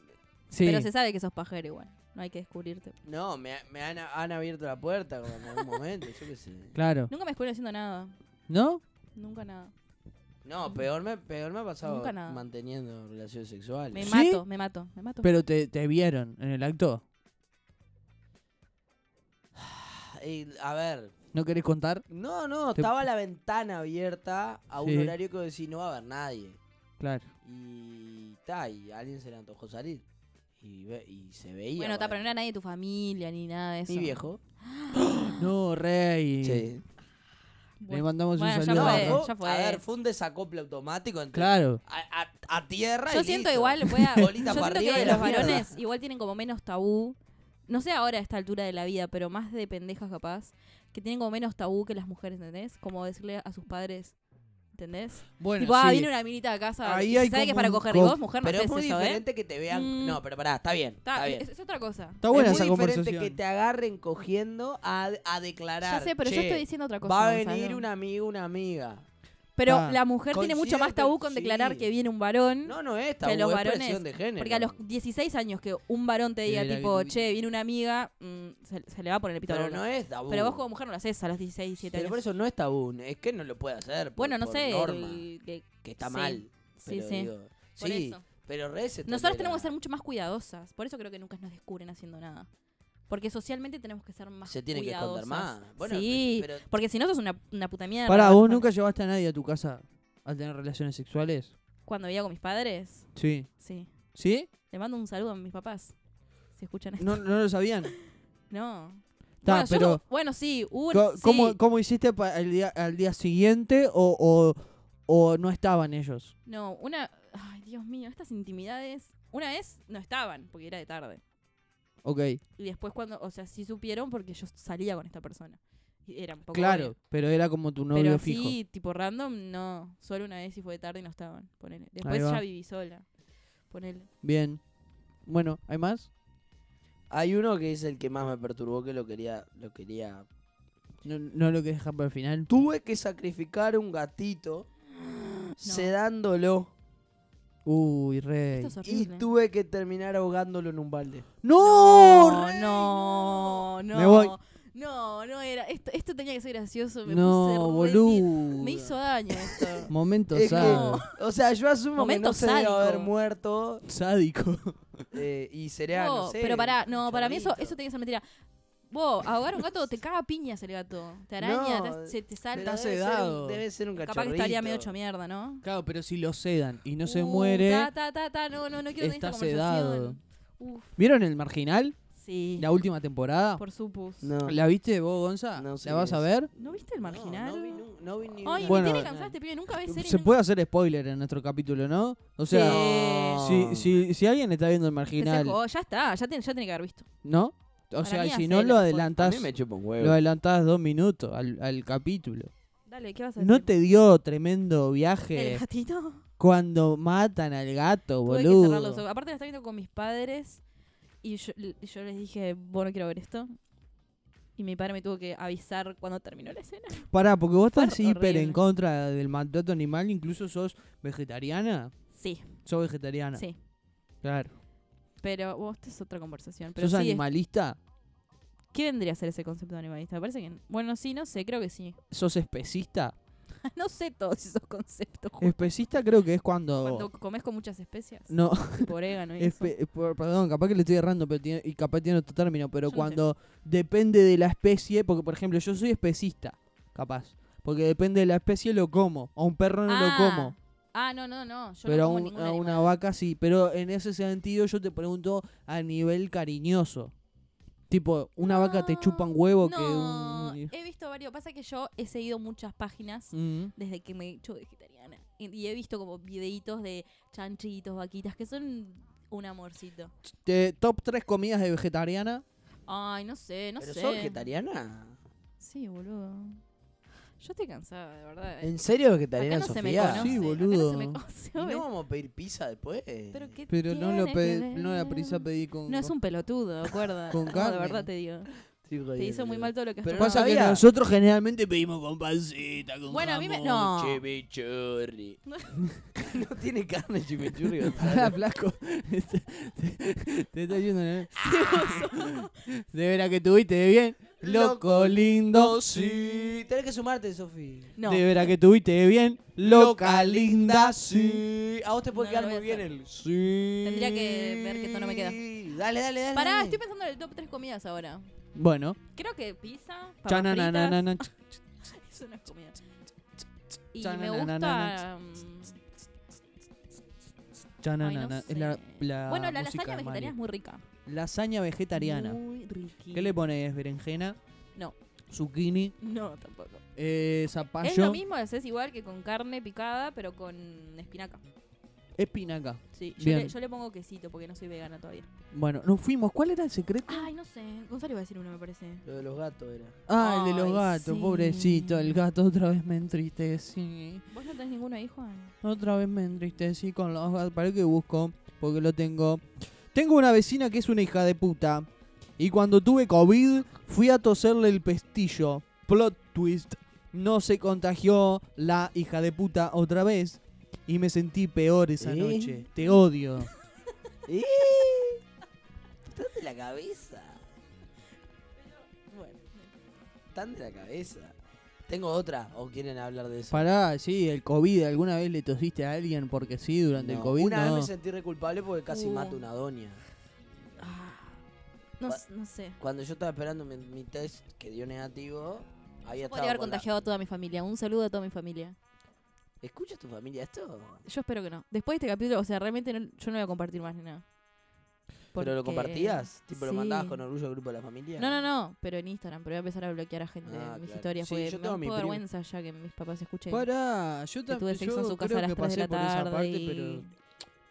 [SPEAKER 4] Sí.
[SPEAKER 5] Pero se sabe que sos pajero igual. No hay que descubrirte.
[SPEAKER 3] No, me, ha- me han, han abierto la puerta como en algún momento, yo qué sé.
[SPEAKER 4] Claro.
[SPEAKER 5] Nunca me descubrieron haciendo nada.
[SPEAKER 4] ¿No?
[SPEAKER 5] Nunca nada.
[SPEAKER 3] No, peor me, peor me ha pasado
[SPEAKER 5] Nunca nada.
[SPEAKER 3] manteniendo relaciones sexuales.
[SPEAKER 5] Me
[SPEAKER 4] ¿Sí?
[SPEAKER 5] mato, me mato, me mato.
[SPEAKER 4] Pero te, te vieron en el acto.
[SPEAKER 3] Y, a ver,
[SPEAKER 4] ¿No querés contar?
[SPEAKER 3] no, no,
[SPEAKER 4] Te-
[SPEAKER 3] estaba la ventana abierta a un
[SPEAKER 4] Sí.
[SPEAKER 3] horario que vos decís, no va a haber nadie.
[SPEAKER 4] Claro.
[SPEAKER 3] Y ta, y a alguien se le antojó salir. Y, ve- y se veía.
[SPEAKER 5] bueno, está,
[SPEAKER 3] ¿vale?
[SPEAKER 5] pero no era nadie de tu familia ni nada de eso.
[SPEAKER 3] Mi viejo.
[SPEAKER 4] No, Rey.
[SPEAKER 3] Sí.
[SPEAKER 4] Le mandamos
[SPEAKER 5] Bueno,
[SPEAKER 4] un
[SPEAKER 5] ya
[SPEAKER 4] saludo.
[SPEAKER 5] fue,
[SPEAKER 4] a Rey.
[SPEAKER 5] ya
[SPEAKER 3] fue-
[SPEAKER 5] fue.
[SPEAKER 3] A ver, fue un desacople automático. entre-
[SPEAKER 4] Claro.
[SPEAKER 3] A, a- a tierra
[SPEAKER 5] Yo
[SPEAKER 3] y
[SPEAKER 5] siento
[SPEAKER 3] listo.
[SPEAKER 5] igual, voy a- yo
[SPEAKER 3] Bolita
[SPEAKER 5] siento
[SPEAKER 3] para arriba
[SPEAKER 5] que
[SPEAKER 3] y
[SPEAKER 5] los
[SPEAKER 3] la mierda.
[SPEAKER 5] varones igual tienen como menos tabú. No sé ahora a esta altura de la vida, pero más de pendejas capaz, que tienen como menos tabú que las mujeres, ¿entendés? Como decirle a sus padres, ¿entendés?
[SPEAKER 4] Bueno,
[SPEAKER 5] tipo, ah,
[SPEAKER 4] sí.
[SPEAKER 5] viene una minita a casa,
[SPEAKER 4] Ahí
[SPEAKER 5] y
[SPEAKER 4] hay
[SPEAKER 5] sabe que
[SPEAKER 4] como
[SPEAKER 5] es para
[SPEAKER 4] un
[SPEAKER 5] coger
[SPEAKER 4] co-
[SPEAKER 5] y vos, mujer, no
[SPEAKER 3] Pero es
[SPEAKER 5] haces
[SPEAKER 3] muy
[SPEAKER 5] eso, ¿eh?
[SPEAKER 3] diferente que te vean.
[SPEAKER 5] Mm.
[SPEAKER 3] No, pero pará, está bien. Está,
[SPEAKER 5] Está-
[SPEAKER 3] bien.
[SPEAKER 5] es, es otra cosa.
[SPEAKER 4] Está buena
[SPEAKER 3] es muy
[SPEAKER 4] esa
[SPEAKER 3] diferente
[SPEAKER 4] conversación.
[SPEAKER 3] que te agarren cogiendo a, a declarar.
[SPEAKER 5] Ya sé, pero yo
[SPEAKER 3] "Che,
[SPEAKER 5] estoy diciendo otra cosa.
[SPEAKER 3] Va a
[SPEAKER 5] Gonzalo.
[SPEAKER 3] venir un amigo, una amiga.
[SPEAKER 5] Pero
[SPEAKER 4] Ah.
[SPEAKER 5] la mujer tiene mucho
[SPEAKER 3] Considero
[SPEAKER 5] más tabú
[SPEAKER 3] que-
[SPEAKER 5] con declarar
[SPEAKER 3] sí.
[SPEAKER 5] que viene un varón.
[SPEAKER 3] No, no es tabú,
[SPEAKER 5] Mm. los
[SPEAKER 3] es
[SPEAKER 5] varones,
[SPEAKER 3] presión de género.
[SPEAKER 5] Porque a los 16 años que un varón te diga,
[SPEAKER 4] Mira que
[SPEAKER 5] tipo,
[SPEAKER 4] tú-
[SPEAKER 5] che, viene una amiga, mm, se, se le va a poner el pito al
[SPEAKER 3] Pero
[SPEAKER 5] orto.
[SPEAKER 3] no es tabú.
[SPEAKER 5] Pero vos como mujer no lo haces a los 16, 17
[SPEAKER 3] Uh. Pero
[SPEAKER 5] años.
[SPEAKER 3] por eso no es tabú, es que no lo puede hacer. por-
[SPEAKER 5] bueno, no
[SPEAKER 3] por
[SPEAKER 5] sé.
[SPEAKER 3] norma,
[SPEAKER 5] el- que-
[SPEAKER 3] que está
[SPEAKER 5] sí,
[SPEAKER 3] mal.
[SPEAKER 5] sí,
[SPEAKER 3] pero
[SPEAKER 5] sí.
[SPEAKER 3] digo,
[SPEAKER 5] Por
[SPEAKER 3] sí,
[SPEAKER 5] eso.
[SPEAKER 3] pero re se
[SPEAKER 5] Nosotros
[SPEAKER 3] tolera.
[SPEAKER 5] tenemos que ser mucho más cuidadosas. Por eso creo que nunca nos descubren haciendo nada. Porque socialmente tenemos que ser más
[SPEAKER 3] Se tiene que esconder
[SPEAKER 5] cuidadosas.
[SPEAKER 3] más. Bueno,
[SPEAKER 5] sí,
[SPEAKER 3] pero-
[SPEAKER 5] porque si no sos una, una puta mierda.
[SPEAKER 4] Pará, ¿vos
[SPEAKER 5] Bueno,
[SPEAKER 4] nunca llevaste a nadie a tu casa a tener relaciones sexuales?
[SPEAKER 5] Cuando vivía con mis padres,
[SPEAKER 4] Sí.
[SPEAKER 5] sí.
[SPEAKER 4] ¿Sí?
[SPEAKER 5] Le mando un saludo a mis papás. Si escuchan esto.
[SPEAKER 4] No, no lo sabían.
[SPEAKER 5] No.
[SPEAKER 4] Ta,
[SPEAKER 5] bueno, yo-
[SPEAKER 4] pero
[SPEAKER 5] bueno, sí, hubo
[SPEAKER 4] co-
[SPEAKER 5] sí.
[SPEAKER 4] ¿cómo, cómo hiciste pa- al día, al día siguiente o, o- o no estaban ellos?
[SPEAKER 5] No, una. Ay, Dios mío, estas intimidades. Una vez no estaban, porque era de tarde.
[SPEAKER 4] Ok,
[SPEAKER 5] Y después cuando, o sea, sí supieron porque yo salía con esta persona. Y era un poco
[SPEAKER 4] claro,
[SPEAKER 5] obvio.
[SPEAKER 4] pero era como tu novio
[SPEAKER 5] Pero
[SPEAKER 4] fijo.
[SPEAKER 5] sí, tipo random, no. Solo una vez y fue de tarde y no estaban. Ponele. Después
[SPEAKER 4] Ahí va.
[SPEAKER 5] ya viví sola. Ponele.
[SPEAKER 4] Bien. Bueno, ¿hay más?
[SPEAKER 3] Hay uno que es el que más me perturbó, que lo quería, lo quería.
[SPEAKER 4] No, no lo querés dejar para el final.
[SPEAKER 3] Tuve que sacrificar un gatito sedándolo
[SPEAKER 4] Uy, rey.
[SPEAKER 5] Esto es
[SPEAKER 3] y
[SPEAKER 5] horrible.
[SPEAKER 3] tuve que terminar ahogándolo en un balde.
[SPEAKER 4] ¡No!
[SPEAKER 5] No,
[SPEAKER 4] rey!
[SPEAKER 5] no, no.
[SPEAKER 4] Me voy.
[SPEAKER 5] No, no era. Esto, esto tenía que ser gracioso. Me puse
[SPEAKER 4] No,
[SPEAKER 5] re-
[SPEAKER 4] boludo.
[SPEAKER 5] Me hizo daño esto.
[SPEAKER 4] Momento
[SPEAKER 3] Es que-
[SPEAKER 4] sádico.
[SPEAKER 3] o sea, yo asumo
[SPEAKER 5] Momento
[SPEAKER 3] que no se debe
[SPEAKER 5] sádico.
[SPEAKER 3] haber muerto
[SPEAKER 4] sádico.
[SPEAKER 3] eh, y sería, no,
[SPEAKER 5] No,
[SPEAKER 3] sé,
[SPEAKER 5] pero pará, no,
[SPEAKER 3] un
[SPEAKER 5] para mí eso,
[SPEAKER 3] chorrito.
[SPEAKER 5] eso tiene que ser mentira. Vos, ahogar un gato, te caga a piñas el gato. Te araña,
[SPEAKER 3] No,
[SPEAKER 5] te, se te
[SPEAKER 3] Pero
[SPEAKER 5] salta.
[SPEAKER 3] debe ser un-
[SPEAKER 4] sedado.
[SPEAKER 3] Debe ser un cachorrito.
[SPEAKER 5] Capaz que estaría medio hecho mierda, ¿no?
[SPEAKER 4] Claro, pero si lo sedan y no se
[SPEAKER 5] Uh,
[SPEAKER 4] muere.
[SPEAKER 5] Ta, ta, ta, ta, no, no, no quiero tener
[SPEAKER 4] Está
[SPEAKER 5] esta conversación.
[SPEAKER 4] sedado.
[SPEAKER 5] Uf,
[SPEAKER 4] ¿Vieron el marginal?
[SPEAKER 5] sí.
[SPEAKER 4] La última temporada.
[SPEAKER 5] Por supus. No.
[SPEAKER 3] No.
[SPEAKER 4] ¿La viste vos, Gonza?
[SPEAKER 3] No sé
[SPEAKER 4] ¿La vas
[SPEAKER 3] qué
[SPEAKER 4] a
[SPEAKER 3] es.
[SPEAKER 4] ver?
[SPEAKER 5] viste el marginal?
[SPEAKER 3] No, no vi, nu- no vi ni
[SPEAKER 5] Ay,
[SPEAKER 3] una.
[SPEAKER 5] me
[SPEAKER 4] Bueno,
[SPEAKER 5] tiene
[SPEAKER 4] no.
[SPEAKER 5] cansado este pibe, nunca ve series.
[SPEAKER 4] Se
[SPEAKER 5] nunca-
[SPEAKER 4] puede hacer spoiler en nuestro capítulo, ¿no? O sea,
[SPEAKER 5] Sí.
[SPEAKER 4] si, si, si alguien está viendo el
[SPEAKER 5] Que se
[SPEAKER 4] marginal,
[SPEAKER 5] jodó, "Oh, ya está, ya tiene, ya tiene que haber visto.
[SPEAKER 4] ¿no? O
[SPEAKER 5] Para
[SPEAKER 4] sea,
[SPEAKER 5] mí
[SPEAKER 4] y si
[SPEAKER 5] hacelo,
[SPEAKER 4] no lo
[SPEAKER 5] por-
[SPEAKER 3] A
[SPEAKER 4] adelantás,
[SPEAKER 3] mí me chupa un huevo.
[SPEAKER 4] lo adelantás dos minutos al, al capítulo.
[SPEAKER 5] Da Dale, ¿qué vas a decir?
[SPEAKER 4] ¿No te dio tremendo viaje
[SPEAKER 5] ¿El gatito?
[SPEAKER 4] cuando matan al gato,
[SPEAKER 5] Tuve que
[SPEAKER 4] boludo?
[SPEAKER 5] cerrar los ojos. Aparte la estaba viendo con mis padres y yo, y yo les dije, vos no quiero ver esto. Y mi padre me tuvo que avisar cuando terminó la escena.
[SPEAKER 4] Pará, porque vos
[SPEAKER 5] Fue
[SPEAKER 4] estás hiper
[SPEAKER 5] horrible.
[SPEAKER 4] en contra del maltrato animal, incluso sos vegetariana.
[SPEAKER 5] Sí,
[SPEAKER 4] Sos vegetariana.
[SPEAKER 5] sí.
[SPEAKER 4] Claro.
[SPEAKER 5] Pero, vos, esta es otra conversación. Pero sí,
[SPEAKER 4] ¿Sos
[SPEAKER 5] es-
[SPEAKER 4] animalista?
[SPEAKER 5] ¿qué vendría a ser ese concepto de animalista? Me parece que... Bueno, sí, no sé, creo que sí.
[SPEAKER 4] ¿Sos especista?
[SPEAKER 5] no sé todos esos conceptos. Ju-
[SPEAKER 4] Especista creo que es cuando...
[SPEAKER 5] Cuando comes con muchas especias,
[SPEAKER 4] No,
[SPEAKER 5] tipo orégano y eso.
[SPEAKER 4] espe- por- perdón, capaz que le estoy errando pero tiene- y capaz tiene otro término, pero
[SPEAKER 5] Yo no sé.
[SPEAKER 4] cuando depende de la especie, porque por ejemplo yo soy especista, capaz, porque depende de la especie lo como, a un perro no
[SPEAKER 5] Ah,
[SPEAKER 4] lo como,
[SPEAKER 5] Ah, no, no, no. Yo
[SPEAKER 4] pero
[SPEAKER 5] no
[SPEAKER 4] a,
[SPEAKER 5] como
[SPEAKER 4] un-
[SPEAKER 5] ningún
[SPEAKER 4] a
[SPEAKER 5] animal.
[SPEAKER 4] una vaca sí, pero en ese sentido yo te pregunto a nivel cariñoso, tipo una vaca te chupa un huevo
[SPEAKER 5] No,
[SPEAKER 4] que un...
[SPEAKER 5] he visto varios. Pasa que yo he seguido muchas páginas
[SPEAKER 4] Mm.
[SPEAKER 5] desde que me he hecho vegetariana. Y, y he visto como videitos de chanchitos, vaquitas, que son un amorcito.
[SPEAKER 4] Te- top 3 comidas de vegetariana.
[SPEAKER 5] Ay, no sé, no
[SPEAKER 3] ¿Pero
[SPEAKER 5] sé.
[SPEAKER 3] sos vegetariana?
[SPEAKER 5] Sí, boludo. Yo estoy cansada, de verdad.
[SPEAKER 3] ¿En serio
[SPEAKER 5] Eh, Acá
[SPEAKER 3] vegetariana,
[SPEAKER 5] no se me
[SPEAKER 3] Sofía?
[SPEAKER 5] conoce.
[SPEAKER 4] Sí,
[SPEAKER 5] acá
[SPEAKER 4] boludo.
[SPEAKER 5] no se me
[SPEAKER 3] ¿Y
[SPEAKER 5] conoce.
[SPEAKER 3] no vamos a pedir pizza después?
[SPEAKER 5] Pero, qué
[SPEAKER 4] Pero no, lo pe-
[SPEAKER 5] tiene que ver?
[SPEAKER 4] no la prisa pedí con...
[SPEAKER 5] No es un pelotudo, acuerda.
[SPEAKER 4] Con
[SPEAKER 5] No,
[SPEAKER 4] carne.
[SPEAKER 5] de verdad te digo.
[SPEAKER 3] Estoy
[SPEAKER 5] Te hizo
[SPEAKER 3] jodiendo.
[SPEAKER 5] muy mal todo lo que has
[SPEAKER 3] Pero
[SPEAKER 5] probado.
[SPEAKER 4] Pasa que
[SPEAKER 3] Había-
[SPEAKER 4] nosotros generalmente pedimos con pancita, con
[SPEAKER 5] Bueno, a mí me-
[SPEAKER 4] jamón,
[SPEAKER 5] no.
[SPEAKER 4] chimichurri.
[SPEAKER 3] No tiene carne chimichurri.
[SPEAKER 4] Pará,
[SPEAKER 3] Gonzalo.
[SPEAKER 4] flaco. te, te está yendo, ¿no? De veras que tuviste de bien. Loco lindo, sí.
[SPEAKER 3] Sí, tenés que sumarte, Sofía.
[SPEAKER 5] No.
[SPEAKER 4] De veras que tuviste de bien. Loca linda, sí.
[SPEAKER 3] sí. A vos te puede
[SPEAKER 5] No,
[SPEAKER 3] quedar
[SPEAKER 5] lo voy
[SPEAKER 3] muy
[SPEAKER 5] a
[SPEAKER 3] bien
[SPEAKER 5] hacer.
[SPEAKER 3] el sí.
[SPEAKER 5] Tendría que ver qué tono me queda.
[SPEAKER 3] Dale, dale, dale.
[SPEAKER 5] Pará,
[SPEAKER 3] dale.
[SPEAKER 5] estoy pensando en el top 3 comidas ahora.
[SPEAKER 4] Bueno.
[SPEAKER 5] Creo que pizza, papas fritas,
[SPEAKER 4] Chananana.
[SPEAKER 5] eso no es comida. Y me gusta...
[SPEAKER 4] Chananana.
[SPEAKER 5] mm, ay, no
[SPEAKER 4] Chananana. Es la,
[SPEAKER 5] sé.
[SPEAKER 4] la
[SPEAKER 5] bueno, la
[SPEAKER 4] música
[SPEAKER 5] lasaña
[SPEAKER 4] de Mario.
[SPEAKER 5] vegetariana es muy rica.
[SPEAKER 4] Lasaña vegetariana.
[SPEAKER 5] Muy riquísima.
[SPEAKER 4] ¿Qué le pones? ¿Berenjena?
[SPEAKER 5] No.
[SPEAKER 4] ¿Zucchini?
[SPEAKER 5] No, tampoco.
[SPEAKER 4] Eh,
[SPEAKER 5] Es lo
[SPEAKER 4] ¿Zapallo?
[SPEAKER 5] mismo, lo haces igual que con carne picada, pero con espinaca.
[SPEAKER 4] Espinaca.
[SPEAKER 5] Sí, yo
[SPEAKER 4] Bien.
[SPEAKER 5] le, yo le pongo quesito porque no soy vegana todavía.
[SPEAKER 4] Bueno, nos fuimos. ¿Cuál era el secreto?
[SPEAKER 5] Ay, no sé. Gonzalo iba a decir uno, me parece.
[SPEAKER 3] Lo de los gatos era.
[SPEAKER 4] Ah, el de
[SPEAKER 5] Ay,
[SPEAKER 4] los gatos,
[SPEAKER 5] sí.
[SPEAKER 4] pobrecito. El gato otra vez me entristecí.
[SPEAKER 5] ¿Vos no tenés ninguno ahí, Juan?
[SPEAKER 4] Otra vez me entristecí con los gatos. Para que busco, porque lo tengo. Tengo una vecina que es una hija de puta. Y cuando tuve COVID, fui a toserle el pestillo. Plot twist. No se contagió la hija de puta otra vez. Y me sentí peor esa
[SPEAKER 3] ¿Eh?
[SPEAKER 4] noche. Te odio.
[SPEAKER 3] ¡Eh! Están de la cabeza.
[SPEAKER 5] Bueno.
[SPEAKER 3] Están de la cabeza. Tengo otra, o quieren hablar de eso.
[SPEAKER 4] Pará, sí, el COVID. ¿Alguna vez le tosiste a alguien porque sí durante el
[SPEAKER 3] No,
[SPEAKER 4] COVID?
[SPEAKER 3] Una
[SPEAKER 4] no.
[SPEAKER 3] vez me sentí re culpable porque casi
[SPEAKER 5] Uh.
[SPEAKER 3] mato una doña.
[SPEAKER 5] No,
[SPEAKER 3] Gua-
[SPEAKER 5] s- Ah, no sé.
[SPEAKER 3] Cuando yo estaba esperando mi, mi test que dio negativo, había
[SPEAKER 5] Podría
[SPEAKER 3] estado.
[SPEAKER 5] haber
[SPEAKER 3] con la-
[SPEAKER 5] contagiado a toda mi familia. Un saludo a toda mi familia.
[SPEAKER 3] ¿Escucha tu familia esto?
[SPEAKER 5] Yo espero que no. Después de este capítulo, o sea, realmente no- yo no voy a compartir más ni nada.
[SPEAKER 3] ¿Pero
[SPEAKER 5] Porque-
[SPEAKER 3] lo compartías? ¿Tipo lo
[SPEAKER 5] Sí.
[SPEAKER 3] mandabas con orgullo al grupo de la familia?
[SPEAKER 5] No, no, no, pero en Instagram, pero voy a empezar a bloquear a gente
[SPEAKER 3] Ah,
[SPEAKER 5] en mis
[SPEAKER 3] claro.
[SPEAKER 5] historias
[SPEAKER 3] Sí,
[SPEAKER 5] porque me
[SPEAKER 3] yo tengo
[SPEAKER 5] da
[SPEAKER 3] a
[SPEAKER 5] un
[SPEAKER 3] mi
[SPEAKER 5] poco de
[SPEAKER 3] primo.
[SPEAKER 5] vergüenza ya que mis papás escuchen.
[SPEAKER 4] Pará, yo
[SPEAKER 5] que tuve
[SPEAKER 4] también
[SPEAKER 5] sexo en su casa
[SPEAKER 4] creo
[SPEAKER 5] a las
[SPEAKER 4] que
[SPEAKER 5] 3 de
[SPEAKER 4] pasé
[SPEAKER 5] la
[SPEAKER 4] por esa
[SPEAKER 5] tarde
[SPEAKER 4] parte,
[SPEAKER 5] y-
[SPEAKER 4] pero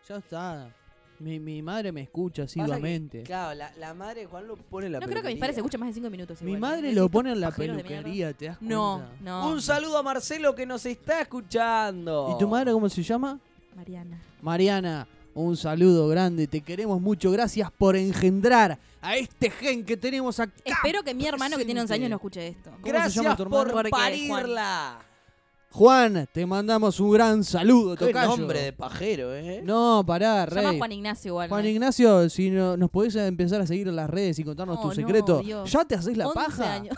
[SPEAKER 4] ya está. Mi, mi madre me escucha
[SPEAKER 3] Pasa que,
[SPEAKER 4] asiduamente.
[SPEAKER 3] claro, la, la madre de Juan lo pone en la
[SPEAKER 5] no creo que mis padres
[SPEAKER 3] peluquería.
[SPEAKER 5] escuchen más de 5 minutos.
[SPEAKER 4] Mi
[SPEAKER 5] igual. ¿eh?
[SPEAKER 4] madre
[SPEAKER 5] Necesito
[SPEAKER 4] lo pone en la
[SPEAKER 5] pajeros de mierda.
[SPEAKER 4] peluquería, ¿te das
[SPEAKER 5] No,
[SPEAKER 4] cuenta?
[SPEAKER 5] no.
[SPEAKER 3] Un saludo a Marcelo que nos está escuchando.
[SPEAKER 4] ¿Y tu madre cómo se llama?
[SPEAKER 5] Mariana.
[SPEAKER 4] Mariana, un saludo grande, te queremos mucho, gracias por engendrar a este gen que tenemos acá.
[SPEAKER 5] Espero que mi hermano que tiene 11
[SPEAKER 4] presente.
[SPEAKER 5] años no escuche esto.
[SPEAKER 4] ¿Cómo se
[SPEAKER 3] Gracias
[SPEAKER 4] llama tu hermano?
[SPEAKER 3] por
[SPEAKER 5] Porque, Juan.
[SPEAKER 3] parirla.
[SPEAKER 4] Juan, te mandamos un gran saludo,
[SPEAKER 3] Qué
[SPEAKER 4] tocayo.
[SPEAKER 3] nombre de pajero, ¿eh?
[SPEAKER 4] No, pará,
[SPEAKER 5] Se llama
[SPEAKER 4] rey.
[SPEAKER 5] Juan Ignacio igual. ¿eh?
[SPEAKER 4] Juan
[SPEAKER 5] ¿no?
[SPEAKER 4] Ignacio, si no- nos podés empezar a seguir en las redes y contarnos
[SPEAKER 5] Oh, No,
[SPEAKER 4] tu
[SPEAKER 5] no,
[SPEAKER 4] secreto,
[SPEAKER 5] Dios.
[SPEAKER 4] ya te haces la
[SPEAKER 5] 11
[SPEAKER 4] paja.
[SPEAKER 5] años.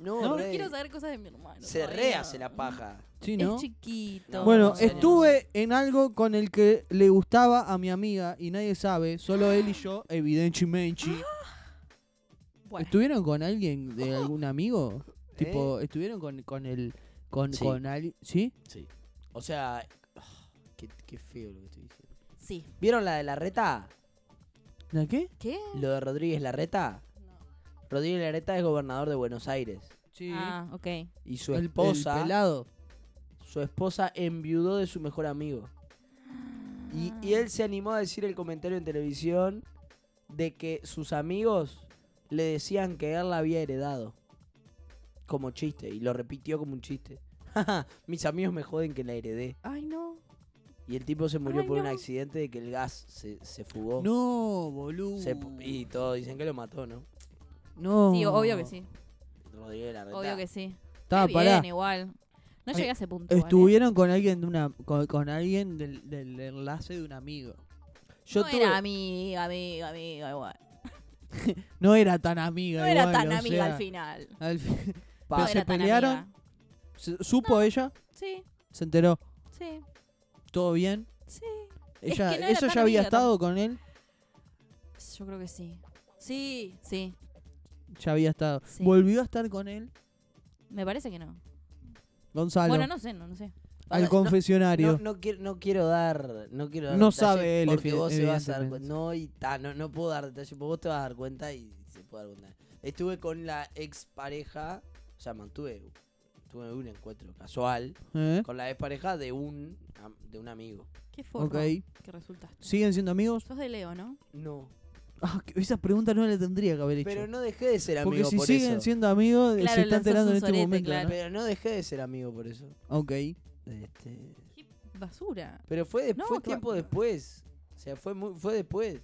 [SPEAKER 3] No,
[SPEAKER 5] No,
[SPEAKER 3] re.
[SPEAKER 5] quiero saber cosas de mi hermano.
[SPEAKER 3] Se
[SPEAKER 5] todavía.
[SPEAKER 3] rehace la paja.
[SPEAKER 4] Sí, ¿no?
[SPEAKER 5] Es chiquito.
[SPEAKER 3] No,
[SPEAKER 4] Bueno,
[SPEAKER 3] no, no.
[SPEAKER 4] estuve en algo con el que le gustaba a mi amiga y nadie sabe, solo él y yo, evidentemente.
[SPEAKER 5] Bueno,
[SPEAKER 4] ¿Estuvieron con alguien de algún amigo?
[SPEAKER 3] ¿Eh?
[SPEAKER 4] Tipo, ¿estuvieron con, con el... con,
[SPEAKER 3] Sí.
[SPEAKER 4] con alguien? ¿Sí?
[SPEAKER 3] Sí. O sea, ah, qué, qué feo lo que estoy diciendo.
[SPEAKER 5] sí.
[SPEAKER 3] ¿Vieron la de la reta?
[SPEAKER 4] ¿La qué?
[SPEAKER 5] ¿Qué?
[SPEAKER 3] ¿Lo de Rodríguez Larreta? Rodríguez Larreta es gobernador de Buenos Aires.
[SPEAKER 4] Sí.
[SPEAKER 5] Ah, ok.
[SPEAKER 3] Y su
[SPEAKER 4] El- El,
[SPEAKER 3] esposa.
[SPEAKER 4] pelado.
[SPEAKER 3] su esposa enviudó de su mejor amigo. Y, y él se animó a decir el comentario en televisión de que sus amigos le decían que él la había heredado. Como chiste. Y lo repitió como un chiste. Mis amigos me joden que la heredé.
[SPEAKER 5] Ay, no.
[SPEAKER 3] Y el tipo se murió
[SPEAKER 5] Ay,
[SPEAKER 3] por un
[SPEAKER 5] no.
[SPEAKER 3] accidente de que el gas se, se fugó.
[SPEAKER 4] No, boludo.
[SPEAKER 3] Se pu- y todo, dicen que lo mató, ¿no?
[SPEAKER 4] No.
[SPEAKER 5] Sí, obvio que sí.
[SPEAKER 3] Rodríguez de la Reta.
[SPEAKER 5] Obvio que sí.
[SPEAKER 4] Está,
[SPEAKER 5] Qué
[SPEAKER 4] pará.
[SPEAKER 5] bien, igual. eh. No
[SPEAKER 4] Ay,
[SPEAKER 5] llegué a ese punto. igual, ¿eh?
[SPEAKER 4] Estuvieron con alguien de una con, con alguien del, del enlace de un amigo.
[SPEAKER 3] Yo
[SPEAKER 5] no
[SPEAKER 3] tuve-
[SPEAKER 5] era amiga, amiga, amiga, igual.
[SPEAKER 4] No era tan amiga.
[SPEAKER 5] No era
[SPEAKER 4] igual,
[SPEAKER 5] tan
[SPEAKER 4] o
[SPEAKER 5] amiga
[SPEAKER 4] sea,
[SPEAKER 5] al final.
[SPEAKER 4] al fin-
[SPEAKER 3] Pa.
[SPEAKER 5] No
[SPEAKER 4] Pero se
[SPEAKER 5] era tan
[SPEAKER 4] pelearon,
[SPEAKER 5] amiga.
[SPEAKER 4] se- supo ella,
[SPEAKER 5] Sí,
[SPEAKER 4] se enteró,
[SPEAKER 5] sí,
[SPEAKER 4] todo bien.
[SPEAKER 5] sí. Es
[SPEAKER 4] Ella,
[SPEAKER 5] que no era
[SPEAKER 4] eso
[SPEAKER 5] tan
[SPEAKER 4] ya había
[SPEAKER 5] amiga
[SPEAKER 4] estado con él,
[SPEAKER 5] Yo creo que sí. Sí, sí.
[SPEAKER 4] ya había estado.
[SPEAKER 5] Sí.
[SPEAKER 4] Volvió a estar con él,
[SPEAKER 5] Me parece que no.
[SPEAKER 4] Gonzalo,
[SPEAKER 5] Bueno, no sé, no, no sé.
[SPEAKER 4] al
[SPEAKER 3] No,
[SPEAKER 4] confesionario.
[SPEAKER 3] No, no quiero, no quiero dar. No, quiero dar
[SPEAKER 4] No
[SPEAKER 3] detalle
[SPEAKER 4] sabe él,
[SPEAKER 3] Porque
[SPEAKER 4] evi-
[SPEAKER 3] vos se vas a dar
[SPEAKER 4] evidentemente.
[SPEAKER 3] cuenta. No, y ta, no, no puedo dar detalle, porque vos te vas a dar cuenta y se puede dar cuenta. Estuve con la expareja, o sea, mantuve tuve un encuentro casual
[SPEAKER 4] ¿Eh?
[SPEAKER 3] con la expareja de un, am- de un amigo.
[SPEAKER 5] Qué forro
[SPEAKER 4] Ok.
[SPEAKER 5] que resultaste.
[SPEAKER 4] ¿Siguen siendo amigos?
[SPEAKER 5] Sos de Leo, ¿no?
[SPEAKER 3] No.
[SPEAKER 4] Ah, que- esa pregunta no la tendría que haber hecho.
[SPEAKER 3] Pero no dejé de ser amigo
[SPEAKER 4] Porque si
[SPEAKER 3] por
[SPEAKER 4] siguen
[SPEAKER 3] eso.
[SPEAKER 4] siendo amigos, eh,
[SPEAKER 5] Claro,
[SPEAKER 4] se está
[SPEAKER 5] lanzás
[SPEAKER 4] enterando en
[SPEAKER 5] un
[SPEAKER 4] este
[SPEAKER 5] sorete,
[SPEAKER 4] momento.
[SPEAKER 5] claro.
[SPEAKER 3] Pero no dejé de ser amigo por eso.
[SPEAKER 4] ¿no? Ok.
[SPEAKER 3] Este,
[SPEAKER 5] Qué basura.
[SPEAKER 3] Pero fue, de-
[SPEAKER 5] No,
[SPEAKER 3] fue
[SPEAKER 5] qué
[SPEAKER 3] tiempo
[SPEAKER 5] bárbaro.
[SPEAKER 3] después. O sea, fue muy, fue después.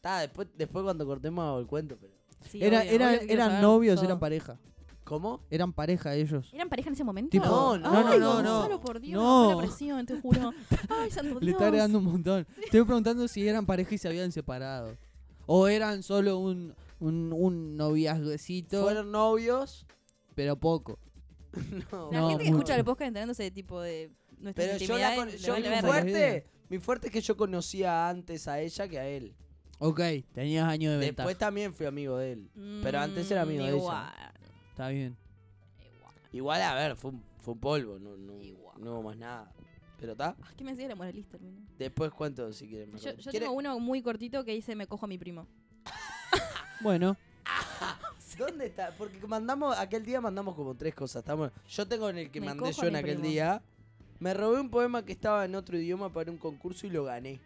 [SPEAKER 3] Ta, después, después cuando cortemos hago el cuento, pero.
[SPEAKER 5] Sí,
[SPEAKER 4] Era,
[SPEAKER 5] obvio,
[SPEAKER 4] era-
[SPEAKER 5] obvio que quiero
[SPEAKER 4] eran
[SPEAKER 5] saber
[SPEAKER 4] novios,
[SPEAKER 5] todo.
[SPEAKER 4] eran pareja.
[SPEAKER 3] ¿Cómo?
[SPEAKER 4] Eran pareja ellos.
[SPEAKER 5] ¿Eran pareja en ese momento?
[SPEAKER 4] Tipo,
[SPEAKER 3] No, no,
[SPEAKER 5] Ay,
[SPEAKER 3] no, no.
[SPEAKER 5] Gonzalo, por Dios,
[SPEAKER 4] No.
[SPEAKER 5] no. la presión, te juro. Ay, santo Dios.
[SPEAKER 4] Le está agregando un montón. Estoy preguntando si eran pareja y se habían separado. O eran solo un, un, un noviazguecito,
[SPEAKER 3] ¿Fueron novios?
[SPEAKER 4] pero poco.
[SPEAKER 3] No.
[SPEAKER 5] La
[SPEAKER 4] No,
[SPEAKER 5] gente que
[SPEAKER 4] mucho.
[SPEAKER 5] escucha el podcast enterándose de tipo de nuestra
[SPEAKER 3] Pero yo, la con- yo- mi
[SPEAKER 4] verga.
[SPEAKER 3] fuerte, mi fuerte es que yo conocía antes a ella que a él.
[SPEAKER 4] Ok, tenías años de ventaja.
[SPEAKER 3] Después también fui amigo de él.
[SPEAKER 5] Mm,
[SPEAKER 3] Pero antes era amigo de ella.
[SPEAKER 4] Está bien.
[SPEAKER 3] Igual, a ver, fue un, fue un polvo, no, no,
[SPEAKER 5] Igual.
[SPEAKER 3] no hubo más nada. Pero está.
[SPEAKER 5] Ah, ¿Qué me decía la moralista? hermano?
[SPEAKER 3] Después cuento si quieren. me
[SPEAKER 5] Yo,
[SPEAKER 3] acuerdo.
[SPEAKER 5] yo
[SPEAKER 3] ¿Quieren-
[SPEAKER 5] tengo uno muy cortito que dice me cojo a mi primo.
[SPEAKER 4] Bueno,
[SPEAKER 3] ¿Dónde está? Porque mandamos, aquel día mandamos como tres cosas. Estamos, yo tengo en el que
[SPEAKER 5] Me
[SPEAKER 3] mandé
[SPEAKER 5] cojo
[SPEAKER 3] yo
[SPEAKER 5] a
[SPEAKER 3] en
[SPEAKER 5] mi
[SPEAKER 3] aquel
[SPEAKER 5] primo.
[SPEAKER 3] día. Me robé un poema que estaba en otro idioma para un concurso y lo gané.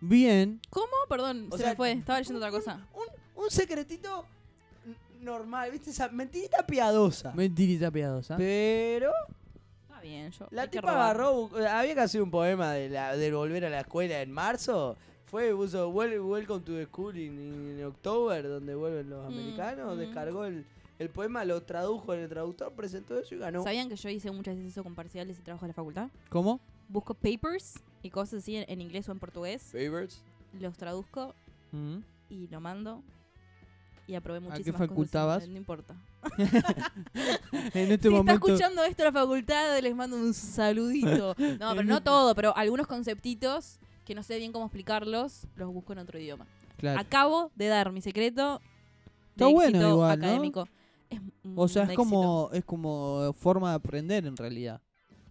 [SPEAKER 4] bien.
[SPEAKER 5] ¿Cómo? Perdón,
[SPEAKER 3] O
[SPEAKER 5] se
[SPEAKER 3] sea,
[SPEAKER 5] me fue. Estaba leyendo otra cosa.
[SPEAKER 3] Un secretito n- normal, ¿viste? Esa mentirita piadosa.
[SPEAKER 4] Mentirita piadosa.
[SPEAKER 3] Pero
[SPEAKER 5] Está bien, yo.
[SPEAKER 3] la
[SPEAKER 5] hay que
[SPEAKER 3] tipa
[SPEAKER 5] robar.
[SPEAKER 3] agarró, bu- había que hacer un poema de, la, de volver a la escuela en marzo. Fue y puso "Wel- Welcome to the School in, in October, donde vuelven los
[SPEAKER 5] Mm,
[SPEAKER 3] americanos.
[SPEAKER 5] mm.
[SPEAKER 3] Descargó el, el poema, lo tradujo en el traductor, presentó eso y ganó.
[SPEAKER 5] ¿Sabían que yo hice muchas veces eso con parciales y trabajo de la facultad?
[SPEAKER 4] ¿Cómo?
[SPEAKER 5] Busco papers y cosas así en, en inglés o en portugués.
[SPEAKER 3] Favorites.
[SPEAKER 5] Los traduzco
[SPEAKER 4] Mm.
[SPEAKER 5] y lo mando. Y aprobé
[SPEAKER 4] qué
[SPEAKER 5] muchísimas
[SPEAKER 4] facultad
[SPEAKER 5] cosas.
[SPEAKER 4] vas?
[SPEAKER 5] No importa.
[SPEAKER 4] En este
[SPEAKER 5] si
[SPEAKER 4] momento.
[SPEAKER 5] está escuchando esto la facultad, les mando un saludito. No, pero no todo, pero algunos conceptitos que no sé bien cómo explicarlos, los busco en otro idioma.
[SPEAKER 4] Claro.
[SPEAKER 5] Acabo de dar mi secreto de
[SPEAKER 4] Está bueno
[SPEAKER 5] éxito
[SPEAKER 4] igual, ¿no?
[SPEAKER 5] académico. Es un
[SPEAKER 4] O sea, es
[SPEAKER 5] éxito.
[SPEAKER 4] como, es como forma de aprender en realidad.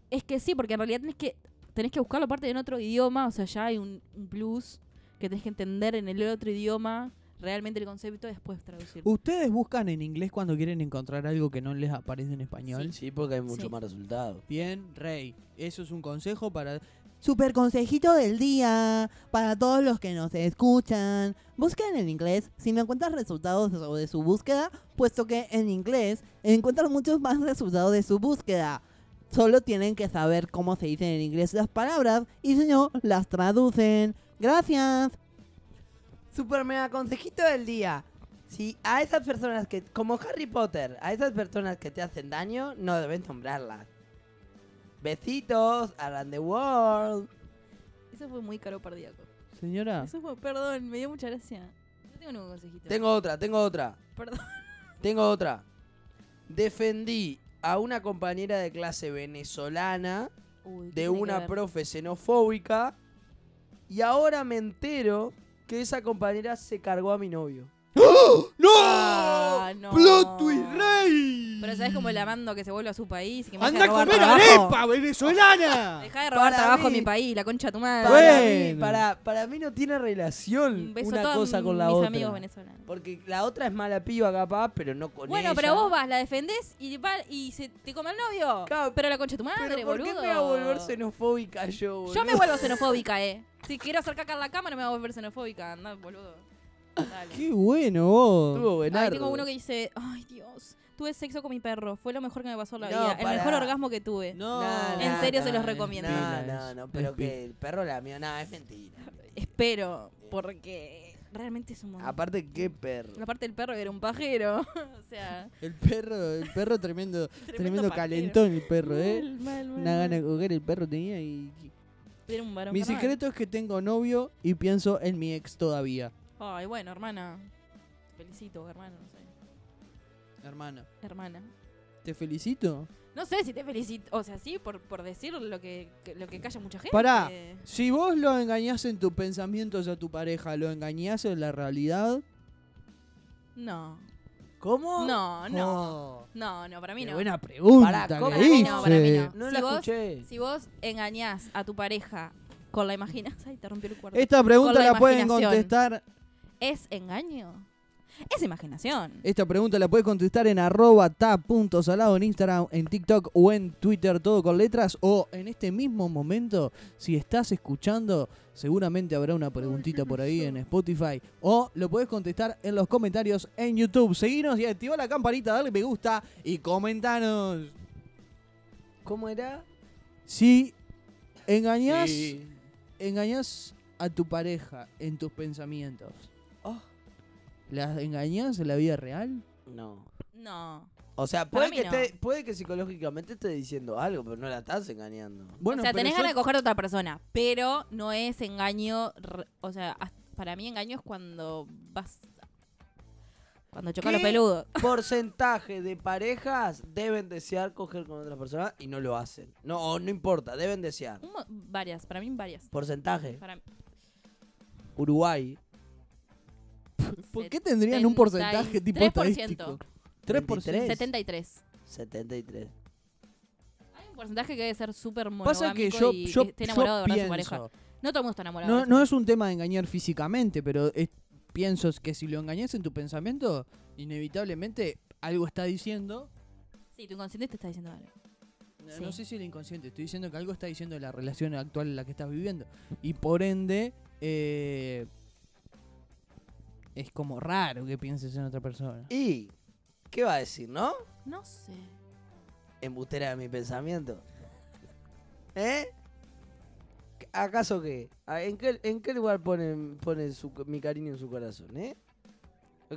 [SPEAKER 5] Es que sí, porque en realidad tenés que, tenés que buscarlo aparte en otro idioma, o sea, ya hay un, un plus que tenés que entender en el otro idioma realmente el concepto y después traducirlo.
[SPEAKER 4] ¿Ustedes buscan en inglés cuando quieren encontrar algo que no les aparece en español?
[SPEAKER 3] Sí, porque hay mucho
[SPEAKER 5] Sí.
[SPEAKER 3] más resultado.
[SPEAKER 4] Bien, Rey. Eso es un consejo para... Super consejito del día para todos los que nos escuchan. Busquen en inglés si no encuentran resultados de- de su búsqueda, puesto que en inglés encuentran muchos más resultados de su búsqueda. Solo tienen que saber cómo se dicen en inglés las palabras y si no, las traducen. Gracias.
[SPEAKER 3] Super mega consejito del día. Si a esas personas que, como Harry Potter, a esas personas que te hacen daño, no debes nombrarlas. Besitos, around the world.
[SPEAKER 5] Eso fue muy caro pardíaco.
[SPEAKER 4] Señora,
[SPEAKER 5] Eso fue, perdón, me dio mucha gracia. Yo tengo un nuevo consejito.
[SPEAKER 3] Tengo otra, tengo otra,
[SPEAKER 5] Perdón.
[SPEAKER 3] tengo otra. Defendí a una compañera de clase venezolana
[SPEAKER 5] Uy, ¿qué
[SPEAKER 3] de
[SPEAKER 5] tiene que
[SPEAKER 3] una
[SPEAKER 5] ver?
[SPEAKER 3] profe xenofóbica y ahora me entero que esa compañera se cargó a mi novio.
[SPEAKER 4] ¡No!
[SPEAKER 5] Ah, no.
[SPEAKER 4] ¡Plot twist rey!
[SPEAKER 5] Pero sabes como el amando que se vuelve a su país y que me
[SPEAKER 4] ¡Anda a
[SPEAKER 5] deja de robar
[SPEAKER 4] comer
[SPEAKER 5] trabajo.
[SPEAKER 4] arepa venezolana!
[SPEAKER 5] Deja de robar
[SPEAKER 3] Para
[SPEAKER 5] trabajo
[SPEAKER 3] mí.
[SPEAKER 5] en mi país, la concha de tu madre.
[SPEAKER 3] Para, mí,
[SPEAKER 4] Bueno.
[SPEAKER 3] para, para mí no tiene relación
[SPEAKER 5] Un beso a
[SPEAKER 3] una
[SPEAKER 5] todos
[SPEAKER 3] cosa con la
[SPEAKER 5] mis
[SPEAKER 3] otra.
[SPEAKER 5] amigos venezolanos.
[SPEAKER 3] Porque la otra es mala piba capaz, pero no con
[SPEAKER 5] Bueno,
[SPEAKER 3] ella.
[SPEAKER 5] pero vos vas, la defendés y, va- y se te come el novio.
[SPEAKER 3] Claro,
[SPEAKER 5] pero la concha de tu madre,
[SPEAKER 3] Pero ¿por
[SPEAKER 5] boludo.
[SPEAKER 3] qué me voy a volver xenofóbica yo, boludo?
[SPEAKER 5] Yo me vuelvo xenofóbica, eh. Si quiero hacer caca en la cama, no me voy a volver xenofóbica. Andá, boludo. Dale.
[SPEAKER 4] Qué bueno vos.
[SPEAKER 3] Estuvo buenardo.
[SPEAKER 5] Ay, tengo uno que dice, ay Dios, tuve sexo con mi perro, fue lo mejor que me pasó en la
[SPEAKER 3] No,
[SPEAKER 5] vida, el
[SPEAKER 3] pará.
[SPEAKER 5] mejor orgasmo que tuve.
[SPEAKER 4] No,
[SPEAKER 5] En serio se los recomiendo.
[SPEAKER 3] No,
[SPEAKER 4] Mentira,
[SPEAKER 3] no,
[SPEAKER 4] es-
[SPEAKER 3] no, pero
[SPEAKER 4] es pi-
[SPEAKER 3] que el perro la mío, nada, es mentira.
[SPEAKER 5] Espero, porque realmente es un montón.
[SPEAKER 3] Aparte, qué perro.
[SPEAKER 5] Aparte el perro era un pajero, o sea,
[SPEAKER 4] El perro, el perro tremendo, tremendo,
[SPEAKER 5] pajero.
[SPEAKER 4] calentón el perro, eh.
[SPEAKER 5] Mal, mal, mal,
[SPEAKER 4] Una
[SPEAKER 5] mal.
[SPEAKER 4] gana de coger el perro tenía y.
[SPEAKER 5] Era un varón
[SPEAKER 4] Mi
[SPEAKER 5] carnal.
[SPEAKER 4] secreto es que tengo novio y pienso en mi ex todavía.
[SPEAKER 5] Ay, bueno, hermana. Felicito, hermano, no sé.
[SPEAKER 4] Hermana,
[SPEAKER 5] Hermana.
[SPEAKER 4] te felicito.
[SPEAKER 5] No sé si te felicito, o sea, sí, por, por decir lo que, que- lo que calla mucha gente.
[SPEAKER 4] Pará. Si vos lo engañás en tus pensamientos a tu pareja, lo engañás en la realidad.
[SPEAKER 5] No.
[SPEAKER 3] ¿Cómo?
[SPEAKER 5] No, no.
[SPEAKER 4] Oh,
[SPEAKER 5] No, no, para mí
[SPEAKER 4] qué
[SPEAKER 5] no.
[SPEAKER 4] buena pregunta.
[SPEAKER 3] Pará, ¿cómo?
[SPEAKER 4] que
[SPEAKER 5] Para mí no,
[SPEAKER 4] hice.
[SPEAKER 5] para mí no.
[SPEAKER 3] No
[SPEAKER 5] Si
[SPEAKER 3] la
[SPEAKER 5] vos-
[SPEAKER 3] escuché.
[SPEAKER 5] Si vos engañás a tu pareja con la imaginación. Ay, te rompió el cuerpo.
[SPEAKER 4] Esta pregunta
[SPEAKER 5] Con la
[SPEAKER 4] la, pueden
[SPEAKER 5] imaginación.
[SPEAKER 4] contestar.
[SPEAKER 5] ¿Es engaño? Es imaginación.
[SPEAKER 4] Esta pregunta la puedes contestar en arroba ta.salado en Instagram, en TikTok o en Twitter, todo con letras. O en este mismo momento, si estás escuchando, seguramente habrá una preguntita por ahí en Spotify. O lo puedes contestar en los comentarios en YouTube. Seguinos y activa la campanita, dale me gusta y comentanos.
[SPEAKER 3] ¿Cómo era?
[SPEAKER 4] Si engañás,
[SPEAKER 3] Sí.
[SPEAKER 4] engañás a tu pareja en tus pensamientos,
[SPEAKER 3] Oh.
[SPEAKER 4] ¿las engañás en la vida real?
[SPEAKER 3] No.
[SPEAKER 5] No.
[SPEAKER 3] O sea,
[SPEAKER 5] Para
[SPEAKER 3] puede
[SPEAKER 5] mí
[SPEAKER 3] que,
[SPEAKER 5] no.
[SPEAKER 3] esté- puede que psicológicamente esté diciendo algo, pero no la estás engañando.
[SPEAKER 4] Bueno,
[SPEAKER 5] o sea,
[SPEAKER 4] pero
[SPEAKER 5] tenés
[SPEAKER 4] yo-
[SPEAKER 5] ganas de coger a otra persona, pero no es engaño. re- O sea, as- para mí engaño es cuando vas. Cuando chocas
[SPEAKER 3] ¿Qué?
[SPEAKER 5] los peludos.
[SPEAKER 3] Porcentaje de parejas deben desear coger con otra persona y no lo hacen. No, o no importa, deben desear.
[SPEAKER 5] Un mo- Varias, para mí varias.
[SPEAKER 3] Porcentaje.
[SPEAKER 5] Para mí,
[SPEAKER 3] Uruguay.
[SPEAKER 4] ¿Por qué tendrían un porcentaje tipo
[SPEAKER 5] 73%.
[SPEAKER 4] estadístico? 3%.
[SPEAKER 5] 73.
[SPEAKER 3] 73.
[SPEAKER 5] Hay un porcentaje que debe ser súper monogámico
[SPEAKER 4] Pasa que yo,
[SPEAKER 5] y
[SPEAKER 4] yo,
[SPEAKER 5] esté
[SPEAKER 4] yo
[SPEAKER 5] enamorado de verdad de su pareja.
[SPEAKER 4] pienso,
[SPEAKER 5] No todo el mundo está enamorado.
[SPEAKER 4] no,
[SPEAKER 5] de su
[SPEAKER 4] no es un tema de engañar físicamente, pero es- pienso que si lo engañas en tu pensamiento, inevitablemente algo está diciendo.
[SPEAKER 5] pareja. Sí, tu inconsciente te está diciendo algo.
[SPEAKER 4] No,
[SPEAKER 5] Sí.
[SPEAKER 4] no sé si el inconsciente, estoy diciendo que algo está diciendo la relación actual en la que estás viviendo. Y por ende, eh, es como raro que pienses en otra persona.
[SPEAKER 3] ¿Y qué va a decir, no?
[SPEAKER 5] No sé.
[SPEAKER 3] Embustera de mi pensamiento. ¿Eh? ¿Acaso qué? ¿A- ¿En qué, en qué lugar ponen, ponen su- mi cariño en su corazón, eh?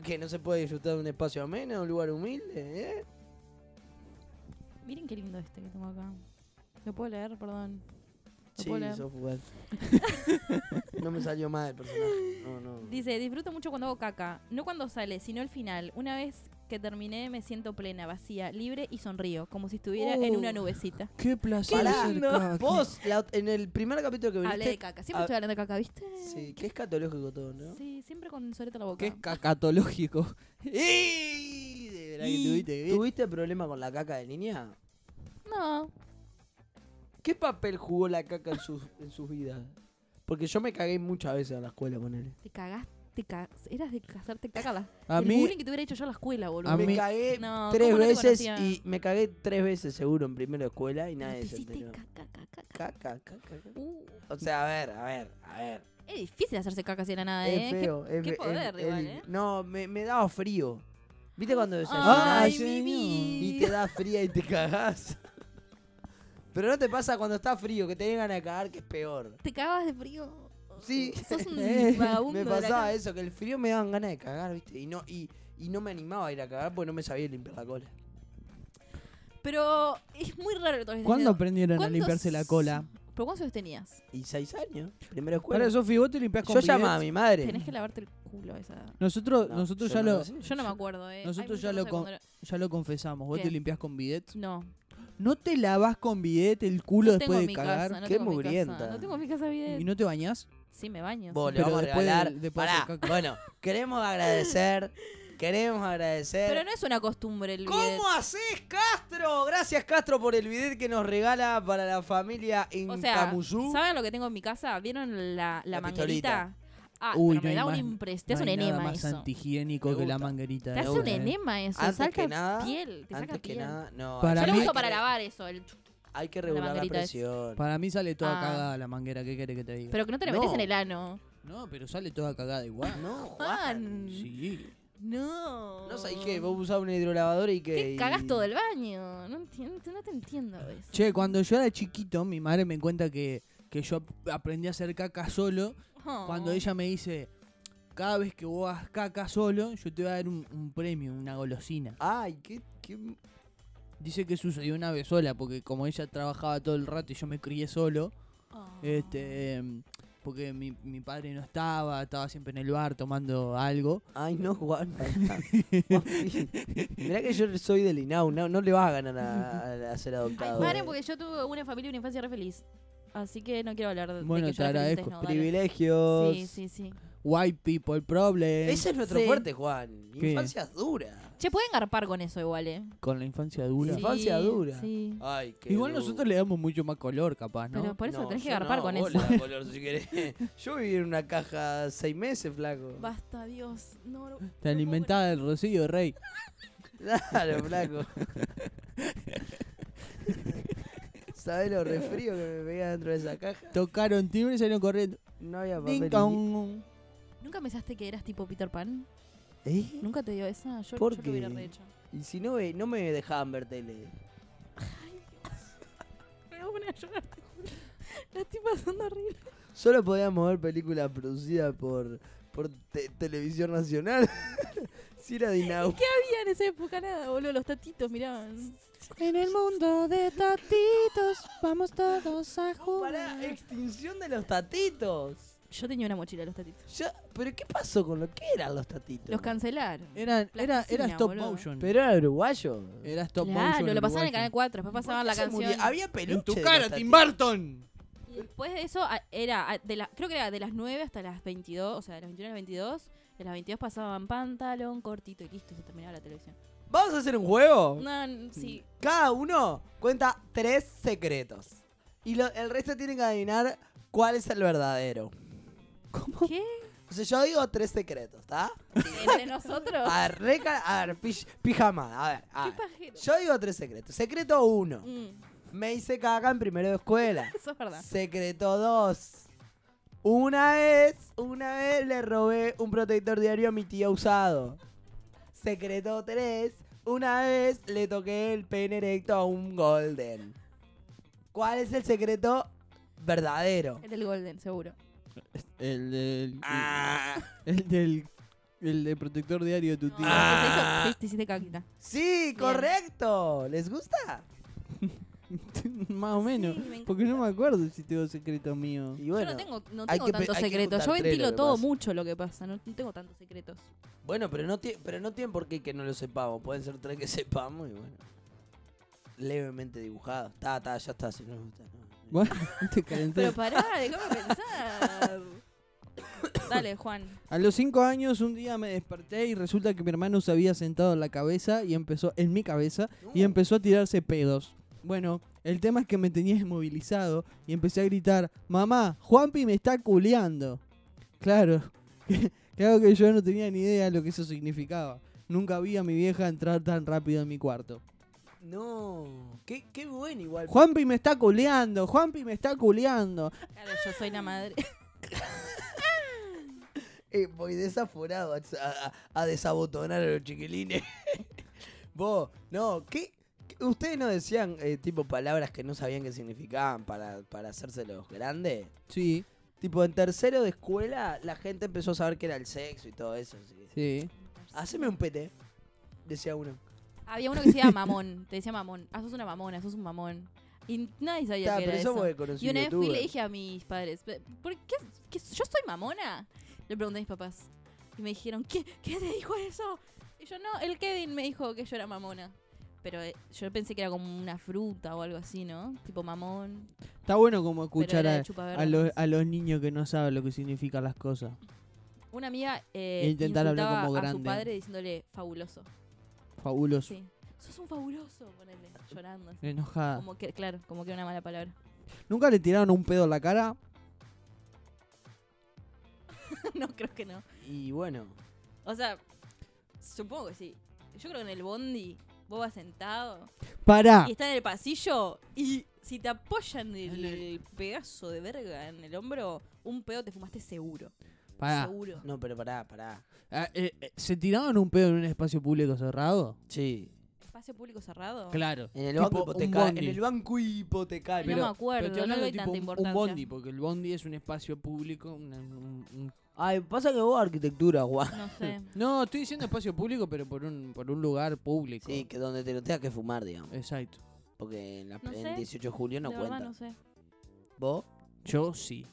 [SPEAKER 3] ¿Que no se puede disfrutar de un espacio ameno, un lugar humilde, eh?
[SPEAKER 5] Miren qué lindo este que tengo acá. ¿Lo puedo leer? Perdón. ¿Lo
[SPEAKER 3] Sí,
[SPEAKER 5] puedo leer?
[SPEAKER 3] sos jugar. no me salió mal el personaje. No, no.
[SPEAKER 5] Dice, disfruto mucho cuando hago caca. No cuando sale, sino al final. Una vez que terminé me siento plena, vacía, libre y sonrío, como si estuviera en
[SPEAKER 4] Oh.
[SPEAKER 5] una nubecita.
[SPEAKER 4] ¡Qué placer!
[SPEAKER 3] Pará,
[SPEAKER 4] ser cada-
[SPEAKER 3] vos, la- en el primer capítulo que
[SPEAKER 5] Hablé de
[SPEAKER 3] viniste...
[SPEAKER 5] caca. Siempre
[SPEAKER 3] Ah.
[SPEAKER 5] estoy hablando de caca, ¿viste?
[SPEAKER 3] Sí, que es catológico todo, ¿no?
[SPEAKER 5] Sí, siempre con el sorete a la boca.
[SPEAKER 4] ¡Qué cacatológico! ¡Ey! De verdad que
[SPEAKER 3] ¿Y
[SPEAKER 4] tuviste bien.
[SPEAKER 3] ¿Tuviste problema con la caca de niña?
[SPEAKER 5] No.
[SPEAKER 3] ¿Qué papel jugó la caca en sus, en sus vidas? Porque yo me cagué muchas veces a la escuela con él.
[SPEAKER 5] Te cagaste. ca- Eras de casarte caca. La...
[SPEAKER 4] A
[SPEAKER 5] el
[SPEAKER 4] mí,
[SPEAKER 5] bullying que te hubiera hecho yo a la escuela, boludo.
[SPEAKER 4] A
[SPEAKER 3] me
[SPEAKER 4] mí-
[SPEAKER 3] cagué
[SPEAKER 5] No,
[SPEAKER 3] tres
[SPEAKER 5] ¿cómo no te
[SPEAKER 3] veces
[SPEAKER 5] conocía?
[SPEAKER 3] y me cagué tres veces seguro en primero de escuela y
[SPEAKER 5] Pero
[SPEAKER 3] nadie
[SPEAKER 5] te
[SPEAKER 3] se
[SPEAKER 5] hiciste
[SPEAKER 3] enteró.
[SPEAKER 5] caca, caca, caca.
[SPEAKER 3] Caca, caca, caca.
[SPEAKER 5] Uh,
[SPEAKER 3] O sea, a ver, a ver, a ver.
[SPEAKER 5] es difícil hacerse caca así de la nada, ¿eh?
[SPEAKER 3] es
[SPEAKER 5] Qué-
[SPEAKER 3] feo. es
[SPEAKER 5] qué
[SPEAKER 3] fe- es-
[SPEAKER 5] poder
[SPEAKER 3] es-
[SPEAKER 5] igual, ¿eh?
[SPEAKER 3] No, me, me daba frío. ¿Viste cuando desayunás
[SPEAKER 4] Ay,
[SPEAKER 5] Ay,
[SPEAKER 4] señor.
[SPEAKER 5] mi
[SPEAKER 3] y te da fría y te cagás? Pero no te pasa cuando está frío, que te llegan a cagar, que es peor.
[SPEAKER 5] Te cagabas de frío.
[SPEAKER 3] Sí.
[SPEAKER 5] Sos un
[SPEAKER 4] Eh,
[SPEAKER 5] vagabundo.
[SPEAKER 3] Me
[SPEAKER 5] de la
[SPEAKER 3] pasaba
[SPEAKER 5] caca.
[SPEAKER 3] eso, que el frío me daban ganas de cagar, ¿viste? Y no, y, y no me animaba a ir a cagar porque no me sabía limpiar la cola.
[SPEAKER 5] Pero es muy raro que tomes
[SPEAKER 4] ¿cuándo
[SPEAKER 5] dedo.
[SPEAKER 4] aprendieron a
[SPEAKER 5] ¿Cuántos-
[SPEAKER 4] limpiarse la cola?
[SPEAKER 5] ¿Pero cuántos años tenías?
[SPEAKER 3] Y seis años, primero escuela.
[SPEAKER 4] Para Sofi, vos te limpiás con
[SPEAKER 3] yo llamaba a
[SPEAKER 4] bidet.
[SPEAKER 3] mi madre.
[SPEAKER 5] Tenés que lavarte el culo esa.
[SPEAKER 4] Nosotros,
[SPEAKER 3] No,
[SPEAKER 4] nosotros
[SPEAKER 3] yo
[SPEAKER 4] ya,
[SPEAKER 3] no
[SPEAKER 4] lo,
[SPEAKER 3] lo sé.
[SPEAKER 5] Yo no me acuerdo, eh. Hay
[SPEAKER 4] nosotros
[SPEAKER 5] mucha
[SPEAKER 4] ya lo
[SPEAKER 5] cosa cuando
[SPEAKER 4] con-
[SPEAKER 5] era-
[SPEAKER 4] ya lo confesamos. Vos
[SPEAKER 5] ¿Qué?
[SPEAKER 4] te limpiás con bidet.
[SPEAKER 5] No.
[SPEAKER 4] ¿No te lavas con bidet el culo
[SPEAKER 5] no tengo
[SPEAKER 4] después
[SPEAKER 5] en
[SPEAKER 4] de
[SPEAKER 5] mi
[SPEAKER 4] cagar?
[SPEAKER 5] casa, no
[SPEAKER 3] Qué
[SPEAKER 5] tengo en mi casa,
[SPEAKER 3] mugrienta.
[SPEAKER 5] No tengo en mi casa
[SPEAKER 4] ¿Y
[SPEAKER 5] bidet.
[SPEAKER 4] no te bañás?
[SPEAKER 5] Sí, me baño.
[SPEAKER 3] Vos le
[SPEAKER 4] Pero
[SPEAKER 3] vamos a
[SPEAKER 4] después del-
[SPEAKER 3] regalar.
[SPEAKER 4] después
[SPEAKER 3] Pará,
[SPEAKER 4] del caca.
[SPEAKER 3] bueno, queremos agradecer. Queremos agradecer.
[SPEAKER 5] Pero no es una costumbre el bidet.
[SPEAKER 3] ¿Cómo haces, Castro? Gracias, Castro, por el bidet que nos regala para la familia
[SPEAKER 5] O sea,
[SPEAKER 3] Incamuzú.
[SPEAKER 5] ¿saben lo que tengo en mi casa? ¿Vieron la, la,
[SPEAKER 3] La
[SPEAKER 5] manguerita? Ah,
[SPEAKER 4] Uy,
[SPEAKER 5] pero me
[SPEAKER 4] no hay
[SPEAKER 5] da un
[SPEAKER 4] más-
[SPEAKER 5] impresión. Te
[SPEAKER 4] No
[SPEAKER 5] hace un
[SPEAKER 4] hay nada
[SPEAKER 5] enema
[SPEAKER 4] más
[SPEAKER 5] eso.
[SPEAKER 4] antihigiénico
[SPEAKER 3] Me
[SPEAKER 4] que la
[SPEAKER 3] gusta.
[SPEAKER 4] manguerita.
[SPEAKER 5] Te hace
[SPEAKER 4] de
[SPEAKER 5] un
[SPEAKER 4] una, ¿eh?
[SPEAKER 5] enema eso.
[SPEAKER 3] Antes
[SPEAKER 5] saca
[SPEAKER 3] que nada,
[SPEAKER 5] piel. Te saca
[SPEAKER 3] Antes que
[SPEAKER 5] piel.
[SPEAKER 3] nada, no.
[SPEAKER 4] Para
[SPEAKER 5] Yo lo
[SPEAKER 4] mí-
[SPEAKER 5] uso para lavar eso. el chu-
[SPEAKER 3] Hay que
[SPEAKER 5] la
[SPEAKER 3] regular la,
[SPEAKER 5] manguerita esa.
[SPEAKER 3] presión.
[SPEAKER 4] Para mí sale toda
[SPEAKER 5] Ah.
[SPEAKER 4] cagada la manguera. ¿Qué querés que te diga?
[SPEAKER 5] Pero que no te la metes en el ano.
[SPEAKER 4] No, pero sale toda cagada igual.
[SPEAKER 3] No,
[SPEAKER 5] Juan.
[SPEAKER 4] Sí.
[SPEAKER 5] No.
[SPEAKER 3] No sabés qué, vos usás una hidrolavadora y que.
[SPEAKER 5] ¿Qué
[SPEAKER 3] y-
[SPEAKER 5] cagás todo el baño? No, enti- no te entiendo a veces.
[SPEAKER 4] Che, cuando yo era chiquito, mi madre me cuenta que, que yo ap- aprendí a hacer caca solo.
[SPEAKER 5] Oh.
[SPEAKER 4] Cuando ella me dice, cada vez que vos hagas caca solo, yo te voy a dar un, un premio, una golosina.
[SPEAKER 3] Ay, qué. qué...
[SPEAKER 4] Dice que sucedió una vez sola, porque como ella trabajaba todo el rato y yo me crié solo,
[SPEAKER 5] Oh.
[SPEAKER 4] este, em, porque mi, mi padre no estaba, estaba siempre en el bar tomando algo.
[SPEAKER 3] Ay, no, Juan. Mirá que yo soy del INAU, no, no le vas a ganar a, a- a ser
[SPEAKER 5] Ay,
[SPEAKER 3] adoptado. eh.
[SPEAKER 5] paren, porque yo tuve una familia y una infancia re feliz. Así que no quiero hablar de de
[SPEAKER 4] Bueno,
[SPEAKER 5] que
[SPEAKER 4] te
[SPEAKER 5] yo era feliz,
[SPEAKER 4] agradezco.
[SPEAKER 5] ustedes no, dale.
[SPEAKER 3] Privilegios.
[SPEAKER 5] Sí, sí, sí.
[SPEAKER 4] White people problem.
[SPEAKER 3] Ese es nuestro
[SPEAKER 5] Sí.
[SPEAKER 3] fuerte, Juan.
[SPEAKER 4] ¿Qué?
[SPEAKER 3] Infancias duras.
[SPEAKER 5] Che, pueden garpar con eso igual, ¿eh?
[SPEAKER 4] Con la infancia dura.
[SPEAKER 5] Sí,
[SPEAKER 3] Infancia dura.
[SPEAKER 5] Sí.
[SPEAKER 3] Ay, qué
[SPEAKER 4] Igual
[SPEAKER 3] duro.
[SPEAKER 4] nosotros le damos mucho más color, capaz, ¿no?
[SPEAKER 5] Pero por eso
[SPEAKER 3] No,
[SPEAKER 5] tenés que
[SPEAKER 3] yo
[SPEAKER 5] garpar
[SPEAKER 3] no,
[SPEAKER 5] con
[SPEAKER 3] vos
[SPEAKER 5] eso.
[SPEAKER 3] le das color si querés. Yo viví en una caja seis meses, flaco.
[SPEAKER 5] Basta, Dios. No, no-
[SPEAKER 4] Te alimentaba del rocío, rey.
[SPEAKER 3] Claro, flaco. ¿Sabés lo refrío que me pegaba dentro de esa caja?
[SPEAKER 4] Tocaron timbre y salieron corriendo.
[SPEAKER 3] No había papel.
[SPEAKER 4] Ding
[SPEAKER 3] higiénico.
[SPEAKER 4] dong.
[SPEAKER 5] ¿Nunca pensaste que eras tipo Peter Pan?
[SPEAKER 3] ¿Eh?
[SPEAKER 5] ¿Nunca te dio esa? Yo,
[SPEAKER 3] ¿Por
[SPEAKER 5] yo lo hubiera
[SPEAKER 3] qué?
[SPEAKER 5] rehecho.
[SPEAKER 3] Y si no, eh, no me dejaban ver tele.
[SPEAKER 5] Me hago una llorar. te juro. La estoy pasando horrible.
[SPEAKER 3] Solo podíamos ver películas producidas por, por te- Televisión Nacional. si era de Inau.
[SPEAKER 5] ¿Qué había en esa época? Nada, boludo. Los tatitos miraban.
[SPEAKER 4] En el mundo de tatitos, vamos todos a
[SPEAKER 3] Pará, extinción de los tatitos.
[SPEAKER 5] Yo tenía una mochila de los tatitos.
[SPEAKER 3] Ya, pero ¿qué pasó con lo que eran los tatitos?
[SPEAKER 5] Los cancelaron.
[SPEAKER 4] Era, era, era
[SPEAKER 5] Plasticina,
[SPEAKER 4] stop
[SPEAKER 5] boludo.
[SPEAKER 4] motion.
[SPEAKER 3] pero eran uruguayos.
[SPEAKER 4] era stop motion.
[SPEAKER 5] Claro, lo pasaban
[SPEAKER 4] uruguayo.
[SPEAKER 5] en el canal 4. Después pasaban la
[SPEAKER 3] Se murió-
[SPEAKER 5] canción.
[SPEAKER 3] Había peluche.
[SPEAKER 4] Eh, En tu
[SPEAKER 3] de los
[SPEAKER 4] cara,
[SPEAKER 3] tatitos.
[SPEAKER 4] Tim Burton.
[SPEAKER 5] Y después de eso, a- era a- de la, creo que era de las 9 hasta las 22, o sea, de las 21 a las 22. De las 22 pasaban pantalón cortito y listo, se terminaba la televisión.
[SPEAKER 3] Vamos a hacer un juego.
[SPEAKER 5] No, n- sí.
[SPEAKER 3] Cada uno cuenta tres secretos. Y lo- el resto tienen que adivinar cuál es el verdadero. ¿Cómo?
[SPEAKER 5] ¿Qué?
[SPEAKER 3] O sea, yo digo tres secretos, ¿está?
[SPEAKER 5] ¿Entre nosotros?
[SPEAKER 3] A ver, reca- a ver, pij- pijamada, a ver, a
[SPEAKER 5] ¿Qué
[SPEAKER 3] ver.
[SPEAKER 5] pajero?
[SPEAKER 3] Yo digo tres secretos. Secreto uno,
[SPEAKER 5] Mm,
[SPEAKER 3] me hice caca en primero de escuela.
[SPEAKER 5] eso es verdad.
[SPEAKER 3] Secreto 2. Una vez, una vez le robé un protector diario a mi tía usado. Secreto 3. Una vez le toqué el pene erecto a un golden. ¿Cuál es el secreto verdadero?
[SPEAKER 5] El del Golden, seguro.
[SPEAKER 4] El del. El del. El del protector diario de tu
[SPEAKER 5] No,
[SPEAKER 4] tío.
[SPEAKER 5] porque se hizo- se- te hiciste caquita.
[SPEAKER 3] Sí, correcto. ¿Les gusta?
[SPEAKER 4] Más o menos.
[SPEAKER 5] Sí, me encanta.
[SPEAKER 4] porque no me acuerdo si tengo secretos míos.
[SPEAKER 3] Y bueno,
[SPEAKER 5] Yo no tengo, no
[SPEAKER 3] hay
[SPEAKER 5] tengo
[SPEAKER 3] que pe-
[SPEAKER 5] tantos
[SPEAKER 3] hay que
[SPEAKER 5] secretos. Yo
[SPEAKER 3] juntar tres,
[SPEAKER 5] ventilo
[SPEAKER 3] lo que
[SPEAKER 5] todo
[SPEAKER 3] pasa.
[SPEAKER 5] mucho lo que pasa. No, no tengo tantos secretos.
[SPEAKER 3] bueno pero, no tie- pero no tienen por qué que no lo sepamos. Pueden ser tres que sepamos y bueno. Levemente dibujado. Está, está, ya está. Si no les gusta, no.
[SPEAKER 4] Bueno, te calenté.
[SPEAKER 5] Pero pará, déjame pensar. Dale, Juan.
[SPEAKER 4] A los 5 años un día me desperté y resulta que mi hermano se había sentado en la cabeza y empezó en mi cabeza y
[SPEAKER 3] No.
[SPEAKER 4] empezó a tirarse pedos. Bueno, el tema es que me tenía desmovilizado y empecé a gritar, "Mamá, Juanpi me está culeando." Claro. claro que yo no tenía ni idea de lo que eso significaba. Nunca vi a mi vieja entrar tan rápido en mi cuarto.
[SPEAKER 3] No, qué, qué bueno igual.
[SPEAKER 4] Juanpi me está culeando, Juanpi me está culeando.
[SPEAKER 5] Claro, yo soy la madre.
[SPEAKER 3] Eh, voy desaforado a, a- a desabotonar a los chiquilines. Vos, no, ¿qué? qué- ¿Ustedes no decían eh, tipo palabras que no sabían qué significaban para, para hacerse los grandes?
[SPEAKER 4] Sí,
[SPEAKER 3] Tipo, en tercero de escuela la gente empezó a saber qué era el sexo y todo eso. sí.
[SPEAKER 4] sí.
[SPEAKER 3] Haceme un PT, decía uno.
[SPEAKER 5] Había uno que se llama mamón. Te decía mamón. Ah, sos una mamona, sos un mamón. Y nadie sabía
[SPEAKER 3] Ta,
[SPEAKER 5] que era
[SPEAKER 3] pero eso
[SPEAKER 5] eso.
[SPEAKER 3] porque conocí
[SPEAKER 5] Y una vez fui y le
[SPEAKER 3] youtuber.
[SPEAKER 5] dije a mis padres, "Pe- ¿por qué, qué- yo soy mamona? Le pregunté a mis papás. Y me dijeron, ¿qué, qué te dijo eso? Y yo, no, el Kevin me dijo que yo era mamona. Pero eh, yo pensé que era como una fruta o algo así, ¿no? Tipo mamón.
[SPEAKER 4] Está bueno como
[SPEAKER 5] pero
[SPEAKER 4] escuchar
[SPEAKER 5] era de
[SPEAKER 4] a,
[SPEAKER 5] chupavergas.
[SPEAKER 4] a los, a los niños que no saben lo que significan las cosas.
[SPEAKER 5] Una amiga eh,
[SPEAKER 4] E intentar hablar
[SPEAKER 5] insultaba
[SPEAKER 4] como
[SPEAKER 5] a su
[SPEAKER 4] grande.
[SPEAKER 5] padre diciéndole fabuloso.
[SPEAKER 4] Fabuloso.
[SPEAKER 5] Sí. Sos un fabuloso, ponele, llorando. así.
[SPEAKER 4] Enojada.
[SPEAKER 5] Como que, claro, como que era una mala palabra.
[SPEAKER 4] ¿Nunca le tiraron un pedo en la cara?
[SPEAKER 5] no, creo que no.
[SPEAKER 3] Y bueno,
[SPEAKER 5] O sea, supongo que sí. Yo creo que en el bondi vos vas sentado
[SPEAKER 4] Pará.
[SPEAKER 5] y está en el pasillo y si te apoyan el,
[SPEAKER 4] En el-
[SPEAKER 5] el pedazo de verga en el hombro, un pedo te fumaste seguro.
[SPEAKER 4] Pará.
[SPEAKER 5] Seguro.
[SPEAKER 3] No, pero pará, pará.
[SPEAKER 4] Ah, eh, eh, ¿Se tiraban un pedo en un espacio público cerrado?
[SPEAKER 3] Sí.
[SPEAKER 5] ¿Espacio público cerrado?
[SPEAKER 4] Claro.
[SPEAKER 3] En el,
[SPEAKER 4] Tipo
[SPEAKER 3] banco
[SPEAKER 4] un
[SPEAKER 3] hipotecario, en
[SPEAKER 4] bondi.
[SPEAKER 3] el banco hipotecario.
[SPEAKER 5] no me acuerdo,
[SPEAKER 4] estoy
[SPEAKER 5] no
[SPEAKER 4] hablando
[SPEAKER 5] le doy
[SPEAKER 4] tipo
[SPEAKER 5] tanta
[SPEAKER 4] un-
[SPEAKER 5] importancia.
[SPEAKER 4] Un bondi, porque el bondi es un espacio público. una- un- un-
[SPEAKER 3] Ay, pasa que vos arquitectura, guau.
[SPEAKER 5] No sé.
[SPEAKER 4] No, estoy diciendo espacio público, pero por un, por un lugar público.
[SPEAKER 3] Sí, que donde te lo tengas que fumar, digamos.
[SPEAKER 4] Exacto.
[SPEAKER 3] Porque en, la-
[SPEAKER 5] No
[SPEAKER 3] en
[SPEAKER 5] sé.
[SPEAKER 3] 18 de julio no
[SPEAKER 5] de
[SPEAKER 3] cuenta.
[SPEAKER 5] verdad no sé.
[SPEAKER 3] ¿Vos?
[SPEAKER 4] Yo sí.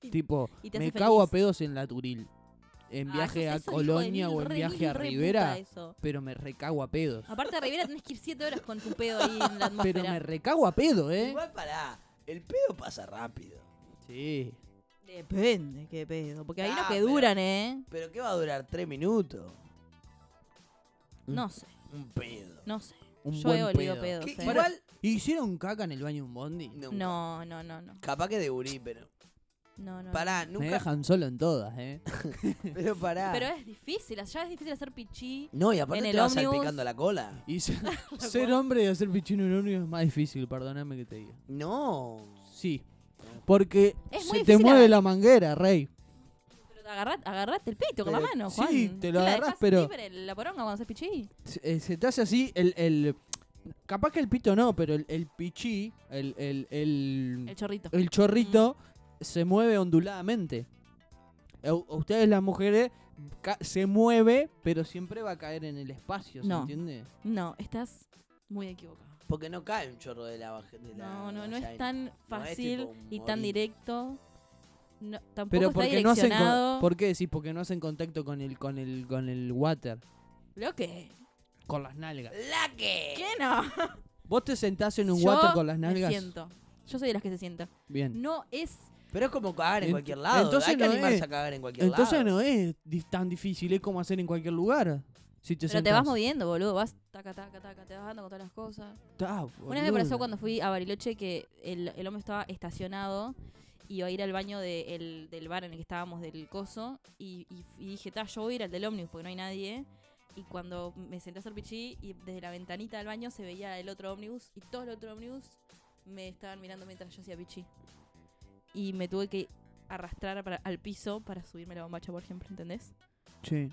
[SPEAKER 4] tipo,
[SPEAKER 5] y te
[SPEAKER 4] me
[SPEAKER 5] hace
[SPEAKER 4] cago a
[SPEAKER 5] feliz. Ah,
[SPEAKER 4] pedos en la Turil. En viaje a Colonia o en viaje a Rivera, pero me recago a pedos.
[SPEAKER 5] Aparte de Rivera tenés que ir 7 horas con tu pedo ahí en la
[SPEAKER 4] Pero
[SPEAKER 5] atmósfera.
[SPEAKER 4] me recago a pedo, ¿eh?
[SPEAKER 3] Igual pará. El pedo pasa rápido.
[SPEAKER 4] Sí.
[SPEAKER 5] Depende, qué pedo. Porque hay
[SPEAKER 3] Ah,
[SPEAKER 5] unos que
[SPEAKER 3] pero-
[SPEAKER 5] duran, ¿eh?
[SPEAKER 3] Pero ¿qué va a durar? ¿Tres minutos?
[SPEAKER 4] Mm.
[SPEAKER 5] No sé,
[SPEAKER 3] Un pedo.
[SPEAKER 5] no sé.
[SPEAKER 4] Un
[SPEAKER 5] Yo
[SPEAKER 4] buen
[SPEAKER 5] he olido
[SPEAKER 4] pedo.
[SPEAKER 5] pedos,
[SPEAKER 3] ¿Qué?
[SPEAKER 5] ¿eh?
[SPEAKER 3] Igual.
[SPEAKER 4] ¿Hicieron caca en el baño de un bondi?
[SPEAKER 3] nunca.
[SPEAKER 5] No, no, no, no.
[SPEAKER 3] Capaz que de gurí, pero.
[SPEAKER 5] no, no.
[SPEAKER 3] Pará,
[SPEAKER 4] Me
[SPEAKER 3] nunca.
[SPEAKER 4] dejan solo en todas, ¿eh?
[SPEAKER 3] Pero pará.
[SPEAKER 5] Pero es difícil, allá es difícil hacer pichí.
[SPEAKER 3] No, y aparte
[SPEAKER 5] en
[SPEAKER 3] te
[SPEAKER 5] el
[SPEAKER 3] vas
[SPEAKER 5] ómnibus-
[SPEAKER 3] salpicando la cola.
[SPEAKER 4] Y ser, ser hombre y hacer pichino en un ómnibus es más difícil, perdóname que te diga.
[SPEAKER 3] No.
[SPEAKER 4] Sí. Porque
[SPEAKER 5] Es muy
[SPEAKER 4] se te
[SPEAKER 5] difícil
[SPEAKER 4] mueve
[SPEAKER 5] agarrar-
[SPEAKER 4] la manguera, rey.
[SPEAKER 5] Pero agarra- agarrate el pito con la
[SPEAKER 4] Pero-
[SPEAKER 5] mano,
[SPEAKER 4] Eh, sí,
[SPEAKER 5] Juan.
[SPEAKER 4] te lo
[SPEAKER 5] ¿Qué la
[SPEAKER 4] agarrás,
[SPEAKER 5] dejás
[SPEAKER 4] pero-
[SPEAKER 5] libre la poronga cuando haces pichí.
[SPEAKER 4] Se, eh, se te hace así el, el- Capaz que el pito no, pero el, el pichí, el, el, el-
[SPEAKER 5] El Mm. chorrito.
[SPEAKER 4] el chorrito, se mueve onduladamente. A u- a ustedes las mujeres ca- se mueve, pero siempre va a caer en el espacio, ¿se
[SPEAKER 5] No.
[SPEAKER 4] entiende?
[SPEAKER 5] No, estás muy equivocado.
[SPEAKER 3] Porque no cae un chorro de la. De la
[SPEAKER 5] No, no, no
[SPEAKER 3] vagina.
[SPEAKER 5] es tan fácil
[SPEAKER 3] tipo un
[SPEAKER 5] y tan
[SPEAKER 3] morín.
[SPEAKER 5] directo. No, tampoco
[SPEAKER 4] Pero
[SPEAKER 5] está
[SPEAKER 4] porque no hacen con-
[SPEAKER 5] direccionado.
[SPEAKER 4] ¿Por qué decís? Porque no hacen contacto con el, con el, con el water,
[SPEAKER 5] Lo que.
[SPEAKER 4] con las nalgas.
[SPEAKER 3] ¡La que!
[SPEAKER 5] ¿Qué no?
[SPEAKER 4] ¿Vos te sentás en Eh. un
[SPEAKER 5] Yo
[SPEAKER 4] water con las
[SPEAKER 5] me
[SPEAKER 4] nalgas?
[SPEAKER 5] siento. Yo soy de las que se sienta.
[SPEAKER 4] Bien.
[SPEAKER 5] No es.
[SPEAKER 3] Pero es como cagar en
[SPEAKER 4] Ent-
[SPEAKER 3] cualquier lado.
[SPEAKER 4] entonces
[SPEAKER 3] Hay que
[SPEAKER 4] no
[SPEAKER 3] animarse
[SPEAKER 4] es-
[SPEAKER 3] a cagar en cualquier
[SPEAKER 4] Entonces
[SPEAKER 3] lado.
[SPEAKER 4] no es di- tan difícil, es como hacer en cualquier lugar. Si te
[SPEAKER 5] Pero te
[SPEAKER 4] sentás.
[SPEAKER 5] vas moviendo, boludo. Vas taca, taca, taca. Te vas dando con todas las cosas.
[SPEAKER 4] Ta,
[SPEAKER 5] Una vez me
[SPEAKER 4] boluda.
[SPEAKER 5] pasó cuando fui a Bariloche que el, el hombre estaba estacionado y iba a ir al baño de el- del bar en el que estábamos del coso y, y- y dije, ta, yo voy a ir al del ómnibus porque no hay nadie. Y cuando me senté a hacer pichí y desde la ventanita del baño se veía el otro ómnibus y todos los otros ómnibus me estaban mirando mientras yo hacía pichí. Y me tuve que arrastrar para- al piso para subirme la bombacha, por ejemplo, ¿entendés?
[SPEAKER 4] Sí.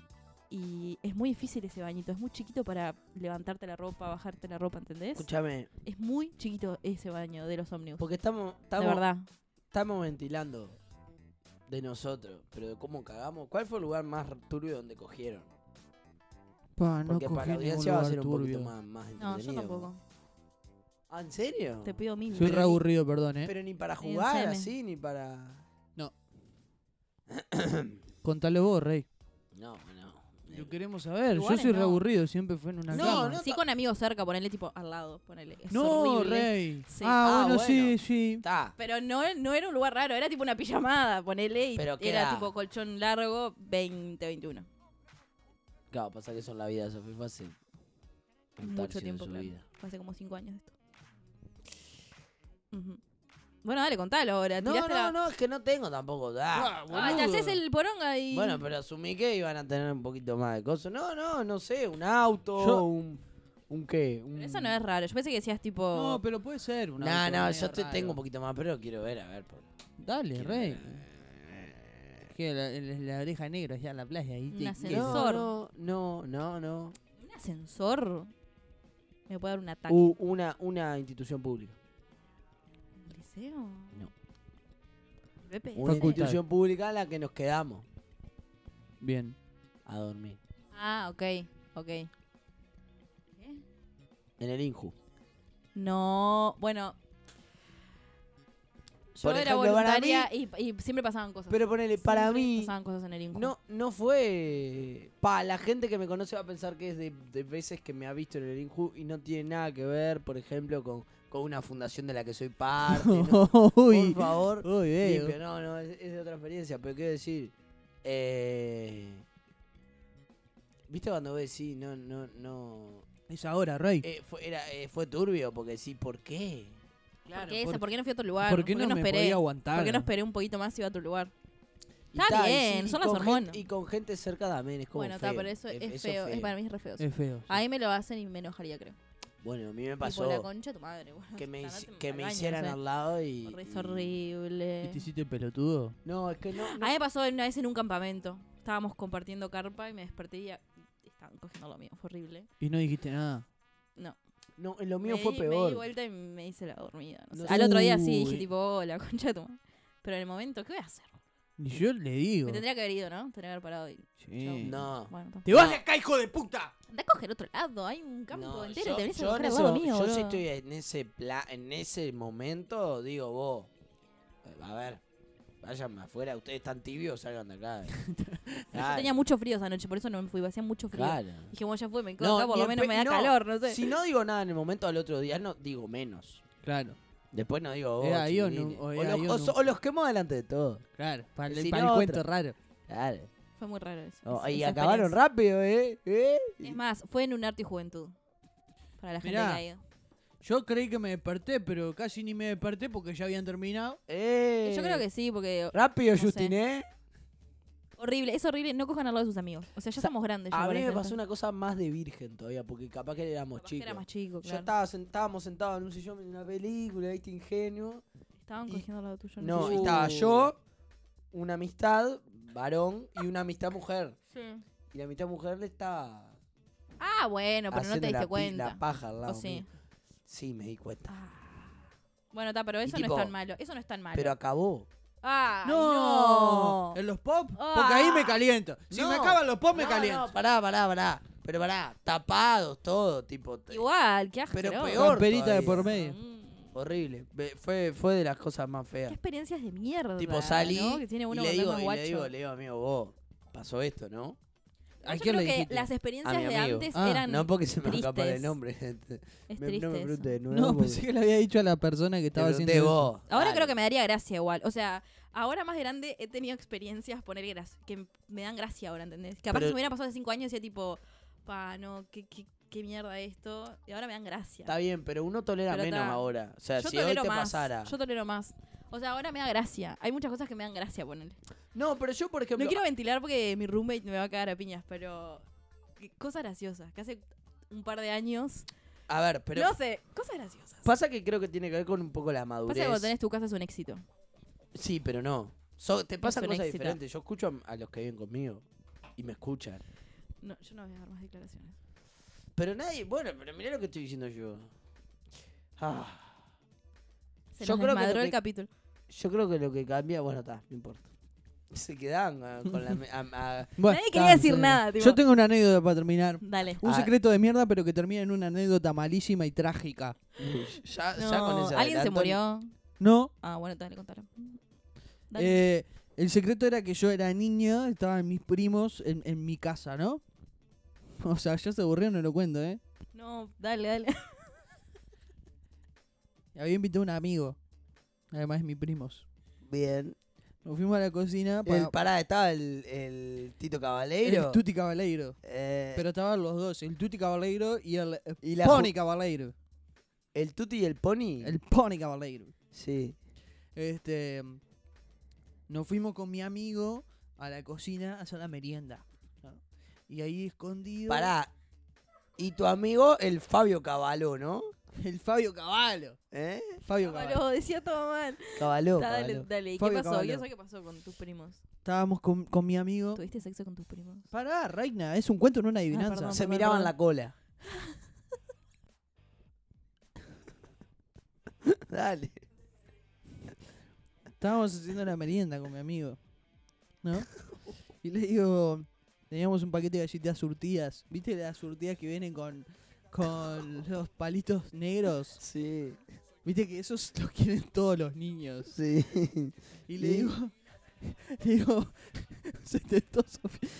[SPEAKER 5] Y es muy difícil ese bañito, es muy chiquito para levantarte la ropa, bajarte la ropa, ¿entendés?
[SPEAKER 3] Escúchame,
[SPEAKER 5] Es muy chiquito ese baño de los ómnibus.
[SPEAKER 3] porque estamos,
[SPEAKER 5] de
[SPEAKER 3] estamos,
[SPEAKER 5] verdad.
[SPEAKER 3] estamos ventilando de nosotros, pero de cómo cagamos. ¿Cuál fue el lugar más turbio donde cogieron?
[SPEAKER 4] Pa, no
[SPEAKER 3] Porque
[SPEAKER 4] cogí
[SPEAKER 3] para la
[SPEAKER 4] ningún
[SPEAKER 3] audiencia va a
[SPEAKER 4] lugar
[SPEAKER 3] ser un
[SPEAKER 4] turbio.
[SPEAKER 3] poquito más, más
[SPEAKER 5] No,
[SPEAKER 3] entretenido.
[SPEAKER 5] yo tampoco.
[SPEAKER 3] ¿Ah, ¿En serio?
[SPEAKER 5] Te pido mil.
[SPEAKER 4] Soy
[SPEAKER 3] Pero
[SPEAKER 4] re
[SPEAKER 3] ni-
[SPEAKER 4] aburrido, perdón, ¿eh?
[SPEAKER 3] Pero ni para
[SPEAKER 5] En
[SPEAKER 3] jugar
[SPEAKER 5] semen.
[SPEAKER 3] así, ni para...
[SPEAKER 4] Contale vos, Rey.
[SPEAKER 3] No, no.
[SPEAKER 4] Lo queremos saber. Yo
[SPEAKER 5] Lugares
[SPEAKER 4] soy re
[SPEAKER 5] no.
[SPEAKER 4] aburrido, siempre fue en una
[SPEAKER 5] No,
[SPEAKER 4] cama.
[SPEAKER 3] no
[SPEAKER 5] sí
[SPEAKER 3] ta-
[SPEAKER 5] con amigos cerca, ponele tipo al lado, ponele. Es
[SPEAKER 4] No,
[SPEAKER 5] horrible.
[SPEAKER 4] Rey.
[SPEAKER 5] Sí.
[SPEAKER 4] Ah,
[SPEAKER 3] Ah,
[SPEAKER 4] bueno, sí,
[SPEAKER 3] bueno.
[SPEAKER 4] sí.
[SPEAKER 3] Está.
[SPEAKER 5] Pero no, no era un lugar raro, era tipo una pijamada, ponele. Y
[SPEAKER 3] Pero qué
[SPEAKER 5] era
[SPEAKER 3] edad.
[SPEAKER 5] tipo colchón largo, 20, 21.
[SPEAKER 3] Claro, pasa que eso en la vida, Sofía, fue hace un tercio
[SPEAKER 5] Mucho
[SPEAKER 3] de
[SPEAKER 5] tiempo,
[SPEAKER 3] su
[SPEAKER 5] claro.
[SPEAKER 3] vida.
[SPEAKER 5] Fue hace como 5 años esto. Ujú. Bueno, dale, contalo ahora.
[SPEAKER 3] No,
[SPEAKER 5] tiraste la-
[SPEAKER 3] no, no, es que no tengo tampoco. Ah.
[SPEAKER 4] Ah,
[SPEAKER 5] Ay, te
[SPEAKER 4] boludo.
[SPEAKER 5] haces el poronga y.
[SPEAKER 3] Bueno, pero asumí que iban a tener un poquito más de cosas. No, no, no sé, un auto,
[SPEAKER 4] Yo-
[SPEAKER 3] un, un qué. Un...
[SPEAKER 5] Pero Eso no es raro. Yo pensé que decías tipo.
[SPEAKER 4] No, pero puede ser. una
[SPEAKER 3] No,
[SPEAKER 4] aventura
[SPEAKER 3] no,
[SPEAKER 4] medio
[SPEAKER 3] yo te
[SPEAKER 4] raro.
[SPEAKER 3] tengo un poquito más, pero quiero ver, a ver. por-
[SPEAKER 4] Dale,
[SPEAKER 3] quiero
[SPEAKER 4] Rey.
[SPEAKER 3] ver.
[SPEAKER 4] Que la, la- la oreja negra allá en la playa. ahí te-
[SPEAKER 5] Un
[SPEAKER 4] te-
[SPEAKER 5] ascensor.
[SPEAKER 3] No, no, no, no, no.
[SPEAKER 5] ¿Un ascensor? Me puede dar un ataque.
[SPEAKER 3] U- una, una institución pública.
[SPEAKER 5] ¿Un liceo?
[SPEAKER 3] No.
[SPEAKER 5] Pepe,
[SPEAKER 3] Una
[SPEAKER 5] ¿sí?
[SPEAKER 4] Facultad.
[SPEAKER 3] institución pública a la que nos quedamos
[SPEAKER 4] Bien.
[SPEAKER 3] a dormir.
[SPEAKER 5] Ah, ok, ok.
[SPEAKER 3] En el Inju.
[SPEAKER 5] No, bueno. Yo
[SPEAKER 3] Por
[SPEAKER 5] era
[SPEAKER 3] ejemplo, para
[SPEAKER 5] voluntaria y, y siempre pasaban cosas.
[SPEAKER 3] Pero ponele, para
[SPEAKER 5] Siempre
[SPEAKER 3] mí,
[SPEAKER 5] Pasaban cosas en el Incu.
[SPEAKER 3] no, no fue. Pa, la gente que me conoce va a pensar que es de, de veces que me ha visto en el Inju y no tiene nada que ver, por ejemplo, con, con una fundación de la que soy parte. ¿no?
[SPEAKER 4] Uy.
[SPEAKER 3] Por favor.
[SPEAKER 4] Uy, eh.
[SPEAKER 3] limpio, no, no, es, es de otra experiencia, pero quiero decir, eh, ¿viste cuando ves, sí, no, no, no,
[SPEAKER 4] Es ahora, Rey.
[SPEAKER 3] eh, fue, era, eh, fue turbio, porque sí, ¿por qué?
[SPEAKER 5] ¿Por qué esa?
[SPEAKER 4] por-
[SPEAKER 5] ¿Por qué no fui a otro lugar?
[SPEAKER 4] ¿Por qué no, me
[SPEAKER 5] esperé?
[SPEAKER 4] podía aguantar?
[SPEAKER 5] ¿Por qué no esperé un poquito más y iba a otro lugar?
[SPEAKER 3] Y
[SPEAKER 5] Está
[SPEAKER 3] y
[SPEAKER 5] bien,
[SPEAKER 3] y
[SPEAKER 5] son las
[SPEAKER 3] con gente-
[SPEAKER 5] hormonas.
[SPEAKER 3] y con gente cerca también, es como
[SPEAKER 5] bueno,
[SPEAKER 3] feo,
[SPEAKER 5] está, pero eso es, feo. Es para mí es re feo. eso.
[SPEAKER 4] Es feo. sí.
[SPEAKER 5] A mí me lo hacen y me enojaría, creo.
[SPEAKER 3] Bueno, a mí me
[SPEAKER 5] Tipo, la
[SPEAKER 3] pasó
[SPEAKER 5] concha de tu madre, boludo.
[SPEAKER 3] que me,
[SPEAKER 5] O sea,
[SPEAKER 3] hici-
[SPEAKER 5] andate
[SPEAKER 3] que
[SPEAKER 5] al
[SPEAKER 3] me
[SPEAKER 5] baño,
[SPEAKER 3] hicieran
[SPEAKER 5] o sea,
[SPEAKER 3] al lado y...
[SPEAKER 5] Es
[SPEAKER 3] y-
[SPEAKER 5] horrible.
[SPEAKER 4] ¿Y te hiciste pelotudo?
[SPEAKER 3] No, es que no...
[SPEAKER 5] A
[SPEAKER 3] no-
[SPEAKER 5] mí me pasó una vez en un campamento. Estábamos compartiendo carpa y me desperté y a- y estaban cogiendo lo mío. Fue horrible.
[SPEAKER 4] Y no dijiste nada.
[SPEAKER 3] no, lo mío
[SPEAKER 5] me,
[SPEAKER 3] fue
[SPEAKER 5] di- Me di
[SPEAKER 3] peor.
[SPEAKER 5] vuelta y me hice la dormida. no
[SPEAKER 4] No
[SPEAKER 5] sé.
[SPEAKER 4] sé.
[SPEAKER 5] Al otro día sí
[SPEAKER 4] Uy.
[SPEAKER 5] dije, tipo, oh, la concha de tu madre. Pero en el momento, ¿qué voy a hacer?
[SPEAKER 4] Ni yo le digo.
[SPEAKER 5] Me tendría que haber ido, ¿no? Tendría que haber parado y.
[SPEAKER 4] Sí.
[SPEAKER 3] No.
[SPEAKER 5] Bueno, está.
[SPEAKER 4] ¡Te vas de acá, hijo de puta!
[SPEAKER 5] Anda a coger otro lado. Hay un campo
[SPEAKER 3] No,
[SPEAKER 5] entero. y te venís a
[SPEAKER 3] yo
[SPEAKER 5] coger
[SPEAKER 3] en
[SPEAKER 5] al
[SPEAKER 3] ese
[SPEAKER 5] lado
[SPEAKER 3] mo-
[SPEAKER 5] mío.
[SPEAKER 3] yo si
[SPEAKER 5] boludo.
[SPEAKER 3] estoy en ese, pla- en ese momento, digo vos, eh, a ver, vayan afuera, ustedes están tibios, salgan de acá.
[SPEAKER 5] Yo tenía mucho frío esa noche, por eso no me fui. Hacía mucho frío.
[SPEAKER 3] Claro.
[SPEAKER 5] Dije, bueno, ya fue, me quedo
[SPEAKER 3] No,
[SPEAKER 5] acá, por lo
[SPEAKER 3] ni en
[SPEAKER 5] menos
[SPEAKER 3] pe-
[SPEAKER 5] me da
[SPEAKER 3] no,
[SPEAKER 5] calor, no sé.
[SPEAKER 3] Si no digo nada en el momento al otro día, no digo menos.
[SPEAKER 4] Claro,
[SPEAKER 3] Después no digo vos.
[SPEAKER 4] Era ahí o no-
[SPEAKER 3] chiquilines.
[SPEAKER 4] o
[SPEAKER 3] o,
[SPEAKER 4] era
[SPEAKER 3] los,
[SPEAKER 4] ahí
[SPEAKER 3] o
[SPEAKER 4] o
[SPEAKER 3] so-
[SPEAKER 4] nunca.
[SPEAKER 3] o los quemo delante de todo.
[SPEAKER 4] claro. Para el,
[SPEAKER 3] Si
[SPEAKER 4] para
[SPEAKER 3] no,
[SPEAKER 4] el
[SPEAKER 3] otra.
[SPEAKER 4] cuento raro.
[SPEAKER 3] Claro.
[SPEAKER 5] Fue muy raro eso.
[SPEAKER 3] No,
[SPEAKER 5] esa-
[SPEAKER 3] y
[SPEAKER 5] esa
[SPEAKER 3] acabaron
[SPEAKER 5] experiencia.
[SPEAKER 3] rápido, ¿eh? ¿Eh?
[SPEAKER 5] Es más, fue en un arte y juventud. Para la gente
[SPEAKER 4] Mirá.
[SPEAKER 5] que ha ido.
[SPEAKER 4] Yo creí que me desperté, pero casi ni me desperté porque ya habían terminado.
[SPEAKER 3] Eh.
[SPEAKER 5] Yo creo que sí, porque
[SPEAKER 3] Rápido,
[SPEAKER 5] no sé.
[SPEAKER 3] Justin, ¿eh?
[SPEAKER 5] horrible, es horrible, no cojan al lado de sus amigos. O sea, ya
[SPEAKER 3] Sa-
[SPEAKER 5] estamos grandes.
[SPEAKER 3] A mí me pasó una cosa más de virgen todavía, porque capaz que éramos
[SPEAKER 5] chica.
[SPEAKER 3] chicos.
[SPEAKER 5] Era más chico,
[SPEAKER 3] Yo
[SPEAKER 5] claro.
[SPEAKER 3] estaba sen- estábamos sentados en un sillón en una película, ¿viste? Ingenio.
[SPEAKER 5] Estaban
[SPEAKER 3] y-
[SPEAKER 5] cogiendo al lado tuyo.
[SPEAKER 3] No,
[SPEAKER 5] sé.
[SPEAKER 4] Uh.
[SPEAKER 3] estaba yo, una amistad varón y una amistad mujer.
[SPEAKER 5] Sí.
[SPEAKER 3] Y la mitad mujer le estaba
[SPEAKER 5] Ah, bueno, pero no
[SPEAKER 3] haciendo
[SPEAKER 5] te diste
[SPEAKER 3] la, pi- la
[SPEAKER 5] cuenta.
[SPEAKER 3] paja al lado.
[SPEAKER 5] O sí.
[SPEAKER 3] mío. Sí, me di cuenta.
[SPEAKER 5] Ah. Bueno, está, pero eso
[SPEAKER 3] tipo-
[SPEAKER 5] no es tan malo. Eso no es tan malo.
[SPEAKER 3] Pero acabó.
[SPEAKER 5] ah,
[SPEAKER 4] ¡No!
[SPEAKER 5] no.
[SPEAKER 4] ¿En los pop?
[SPEAKER 5] Ah.
[SPEAKER 4] Porque ahí me caliento. Si
[SPEAKER 3] No.
[SPEAKER 4] me acaban los pop, me
[SPEAKER 3] No,
[SPEAKER 4] caliento.
[SPEAKER 3] no, pará, pará, pará. Pero pará, tapados, todo, tipo. te-
[SPEAKER 5] Igual, qué asco.
[SPEAKER 3] Pero peor.
[SPEAKER 4] Camperita de
[SPEAKER 3] todavía.
[SPEAKER 4] por medio.
[SPEAKER 3] Horrible. Ve- Fue, fue de las cosas más
[SPEAKER 5] Qué
[SPEAKER 3] feas.
[SPEAKER 5] experiencias de mierda.
[SPEAKER 3] Tipo, salí
[SPEAKER 5] ¿no? Que tiene
[SPEAKER 3] y,
[SPEAKER 5] uno
[SPEAKER 3] le
[SPEAKER 5] cuando es
[SPEAKER 3] digo,
[SPEAKER 5] más
[SPEAKER 3] y le
[SPEAKER 5] guacho.
[SPEAKER 3] digo, le digo, amigo, vos, pasó esto, ¿no?
[SPEAKER 4] ¿A quién
[SPEAKER 5] Yo creo
[SPEAKER 4] le
[SPEAKER 5] que
[SPEAKER 4] dijiste?
[SPEAKER 5] las experiencias
[SPEAKER 3] A mi
[SPEAKER 5] de
[SPEAKER 3] amigo.
[SPEAKER 5] antes
[SPEAKER 4] Ah,
[SPEAKER 5] eran.
[SPEAKER 3] No porque se me
[SPEAKER 5] tristes.
[SPEAKER 3] escapa el nombre.
[SPEAKER 5] es
[SPEAKER 3] Me-
[SPEAKER 5] triste
[SPEAKER 3] no me
[SPEAKER 5] eso.
[SPEAKER 3] preguntes de nuevo.
[SPEAKER 4] No,
[SPEAKER 3] porque-
[SPEAKER 4] pensé que le había dicho a la persona que estaba
[SPEAKER 3] Te
[SPEAKER 4] haciendo
[SPEAKER 3] pregunté
[SPEAKER 4] eso.
[SPEAKER 3] vos.
[SPEAKER 5] Ahora
[SPEAKER 3] Dale.
[SPEAKER 5] creo que me daría gracia igual. O sea, ahora más grande he tenido experiencias poner gracia, que m- me dan gracia ahora, ¿entendés? Que aparte
[SPEAKER 3] Pero-
[SPEAKER 5] si me hubiera pasado hace cinco años decía tipo, pa, no, qué, qué, qué mierda esto. Y ahora me dan gracia.
[SPEAKER 3] Está bien, pero uno tolera
[SPEAKER 5] Pero
[SPEAKER 3] menos
[SPEAKER 5] ta.
[SPEAKER 3] ahora. O sea,
[SPEAKER 5] yo
[SPEAKER 3] si hoy
[SPEAKER 5] tolero
[SPEAKER 3] te
[SPEAKER 5] más.
[SPEAKER 3] pasara.
[SPEAKER 5] Yo tolero más. O sea, ahora me da gracia. Hay muchas cosas que me dan gracia ponerle.
[SPEAKER 3] No, pero yo, por ejemplo.
[SPEAKER 5] No quiero ventilar porque mi roommate me va a cagar a piñas, pero. que- Cosas graciosas. Que hace un par de años.
[SPEAKER 3] A ver, pero.
[SPEAKER 5] no sé, cosas graciosas.
[SPEAKER 3] Pasa que creo que tiene que ver con un poco la madurez.
[SPEAKER 5] Pasa que cuando tenés tu casa es un éxito.
[SPEAKER 3] Sí, pero no. So- te pasan
[SPEAKER 5] un
[SPEAKER 3] cosas
[SPEAKER 5] éxito.
[SPEAKER 3] diferentes. Yo escucho a, a los que viven conmigo y me escuchan.
[SPEAKER 5] No, yo no voy a dar más declaraciones.
[SPEAKER 3] Pero nadie. Bueno, pero mirá lo que estoy diciendo yo. Ah,
[SPEAKER 5] Se
[SPEAKER 3] Yo
[SPEAKER 5] nos
[SPEAKER 3] creo que lo
[SPEAKER 5] desmadró
[SPEAKER 3] que-
[SPEAKER 5] el capítulo.
[SPEAKER 3] yo creo que lo que cambia. Bueno, está, no importa. Se quedan ah, con la. me- a- a-
[SPEAKER 4] Bueno,
[SPEAKER 5] Nadie quería
[SPEAKER 4] está,
[SPEAKER 5] decir
[SPEAKER 4] sí.
[SPEAKER 5] nada, tipo.
[SPEAKER 4] Yo tengo una anécdota para terminar.
[SPEAKER 5] Dale.
[SPEAKER 4] Un
[SPEAKER 3] Ah.
[SPEAKER 4] secreto de mierda, pero que termina en una anécdota malísima y trágica.
[SPEAKER 3] ya, ya
[SPEAKER 5] No,
[SPEAKER 3] con ese
[SPEAKER 5] ¿Alguien se
[SPEAKER 3] adelanto-
[SPEAKER 5] murió?
[SPEAKER 4] No,
[SPEAKER 5] Ah, bueno, dale, contalo. Dale.
[SPEAKER 4] Eh, el secreto era que yo era niño, estaban mis primos en, en mi casa, ¿no? O sea, ya se aburrieron, no lo cuento, ¿eh?
[SPEAKER 5] No, dale, dale.
[SPEAKER 4] Había invitado a un amigo, además de mis primos.
[SPEAKER 3] Bien.
[SPEAKER 4] Nos fuimos a la cocina para
[SPEAKER 3] El pará, estaba el, el Tito Cabaleiro.
[SPEAKER 4] el Tuti Cabaleiro.
[SPEAKER 3] Eh,
[SPEAKER 4] Pero estaban los dos, el Tuti Cabaleiro y el eh,
[SPEAKER 3] y la
[SPEAKER 4] Pony
[SPEAKER 3] ju-
[SPEAKER 4] Cabaleiro.
[SPEAKER 3] ¿El Tuti y el Pony?
[SPEAKER 4] El Pony Cabaleiro.
[SPEAKER 3] Sí.
[SPEAKER 4] Este, nos fuimos con mi amigo a la cocina a hacer la merienda. ¿no? Y ahí escondido
[SPEAKER 3] Pará. Y tu amigo, el Fabio Cabaló, ¿no?
[SPEAKER 4] el Fabio Caballo.
[SPEAKER 3] ¿eh?
[SPEAKER 4] Fabio Caballo.
[SPEAKER 5] Lo decía todo mal.
[SPEAKER 3] Cabaló.
[SPEAKER 5] Ta, dale,
[SPEAKER 3] Cabaló.
[SPEAKER 5] dale. ¿Y qué
[SPEAKER 4] Fabio
[SPEAKER 5] pasó?
[SPEAKER 4] Caballo.
[SPEAKER 5] Quiero saber qué pasó con tus primos.
[SPEAKER 4] Estábamos con, con mi amigo.
[SPEAKER 5] ¿Tuviste sexo con tus primos?
[SPEAKER 4] Pará, Reina, es un cuento, no una
[SPEAKER 5] Ah,
[SPEAKER 4] adivinanza.
[SPEAKER 5] perdón.
[SPEAKER 3] Se miraban la cola. dale.
[SPEAKER 4] Estábamos haciendo la merienda con mi amigo. ¿No? Y le digo, teníamos un paquete de galletitas surtidas. ¿Viste las surtidas que vienen con, con los palitos negros?
[SPEAKER 3] Sí,
[SPEAKER 4] ¿Viste que esos los quieren todos los niños?
[SPEAKER 3] sí.
[SPEAKER 4] Y le
[SPEAKER 3] Sí.
[SPEAKER 4] digo, le digo, se tentó Sofía.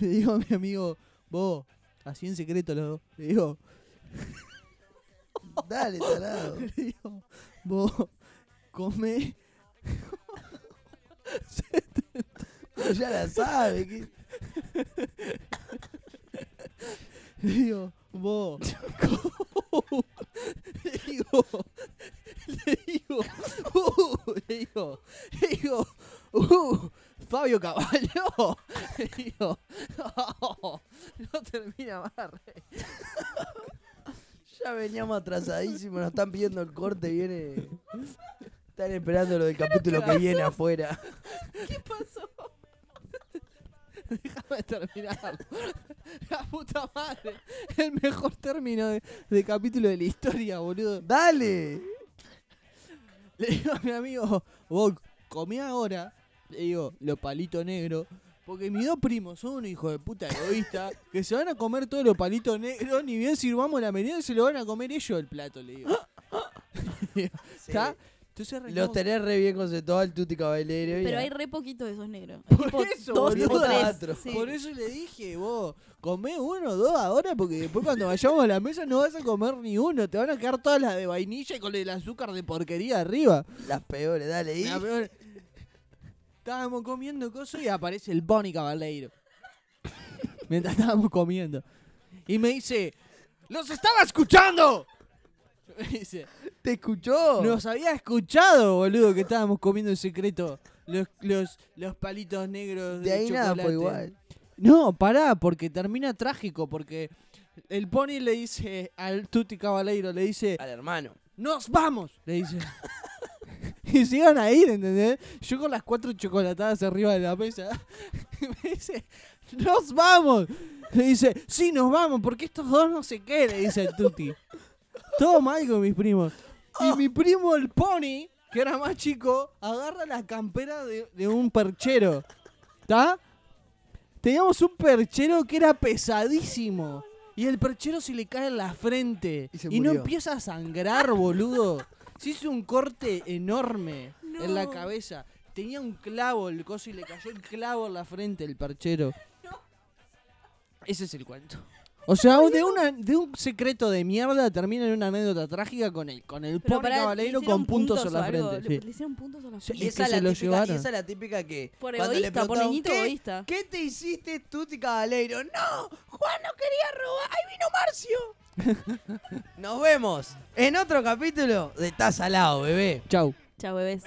[SPEAKER 4] Le digo a mi amigo, vos, así en secreto los dos, le digo,
[SPEAKER 3] Dale, tarado.
[SPEAKER 4] Le digo, vos come.
[SPEAKER 3] ya la sabe. que-
[SPEAKER 4] Le digo, vos co- Le digo, le digo, uh, le digo, le digo, uh, Fabio Caballo. Le digo, no, no termina más. re.
[SPEAKER 3] Ya veníamos atrasadísimos, nos están pidiendo el corte, viene. Están esperando lo del capítulo que viene afuera.
[SPEAKER 5] ¿Qué pasó?
[SPEAKER 4] Déjame terminar. La puta madre. El mejor término de, de capítulo de la historia, boludo.
[SPEAKER 3] ¡Dale!
[SPEAKER 4] Le digo a mi amigo, vos comí ahora. Le digo, los palitos negros. Porque mis dos primos son unos hijos de puta egoísta que se van a comer todos los palitos negros. Ni bien sirvamos la merienda, se lo van a comer ellos el plato, le digo. ¿Está? Entonces
[SPEAKER 3] Los
[SPEAKER 4] arrancamos-
[SPEAKER 3] tenés re bien conceptuados, el Tuti Caballero.
[SPEAKER 5] Pero
[SPEAKER 3] ya.
[SPEAKER 5] hay re poquito de esos negros.
[SPEAKER 4] Por
[SPEAKER 5] Tipo,
[SPEAKER 4] eso,
[SPEAKER 5] dos o
[SPEAKER 4] boluda.
[SPEAKER 5] tres. Sí.
[SPEAKER 4] Por eso le dije, vos, comé uno, dos ahora, porque después cuando vayamos a la mesa no vas a comer ni uno. Te van a quedar todas las de vainilla y con el azúcar de porquería arriba.
[SPEAKER 3] Las peores, dale. ¿y?
[SPEAKER 4] La peor- Estábamos comiendo cosas y aparece el Bonnie Caballero. Mientras estábamos comiendo. Y me dice, ¡los estaba escuchando! Me dice,
[SPEAKER 3] ¿Te escuchó?
[SPEAKER 4] nos había escuchado, boludo, que estábamos comiendo en secreto los, los, los palitos negros de,
[SPEAKER 3] de ahí nada fue
[SPEAKER 4] chocolate".
[SPEAKER 3] igual.
[SPEAKER 4] No, pará, porque termina trágico, porque el pony le dice al Tuti Caballero, le dice,
[SPEAKER 3] Al hermano.
[SPEAKER 4] ¡Nos vamos! Le dice. y se iban a ir, ¿entendés? Yo con las cuatro chocolatadas arriba de la mesa. y me dice, ¡Nos vamos! Le dice, sí, nos vamos, porque estos dos no sé qué, le dice el Tuti. Todo mal con mis primos. Y mi primo el pony, que era más chico, agarra la campera de, de un perchero. ¿Está? Teníamos un perchero que era pesadísimo. Y el perchero se le cae en la frente.
[SPEAKER 3] Y se
[SPEAKER 4] Y, no
[SPEAKER 3] murió.
[SPEAKER 4] empieza a sangrar, boludo. Se hizo un corte enorme en la
[SPEAKER 5] No.
[SPEAKER 4] cabeza. Tenía un clavo el coso y le cayó el clavo en la frente el perchero. Ese es el cuento. O sea, de, una, de un secreto de mierda termina en una anécdota trágica con el, con el pobre
[SPEAKER 5] pará, ¿le
[SPEAKER 4] caballero
[SPEAKER 5] hicieron
[SPEAKER 4] con puntos en
[SPEAKER 5] o
[SPEAKER 4] la
[SPEAKER 5] algo?
[SPEAKER 4] frente.
[SPEAKER 5] Le,
[SPEAKER 4] sí.
[SPEAKER 5] le hicieron puntos a la
[SPEAKER 4] Sí,
[SPEAKER 5] frente.
[SPEAKER 4] Y esa es que la se lo
[SPEAKER 3] típica,
[SPEAKER 4] llevaron.
[SPEAKER 3] y esa es la típica que.
[SPEAKER 5] Por
[SPEAKER 3] cuando le
[SPEAKER 5] egoísta, por
[SPEAKER 3] preguntaban,
[SPEAKER 5] niñito
[SPEAKER 3] "¿Qué-
[SPEAKER 5] egoísta".
[SPEAKER 3] ¿Qué te hiciste, Tuti Caballero? ¡No! ¡Juan no quería robar! ¡Ahí vino Marcio! Nos vemos en otro capítulo de Estás al lado, bebé.
[SPEAKER 4] Chau.
[SPEAKER 5] Chao, bebés.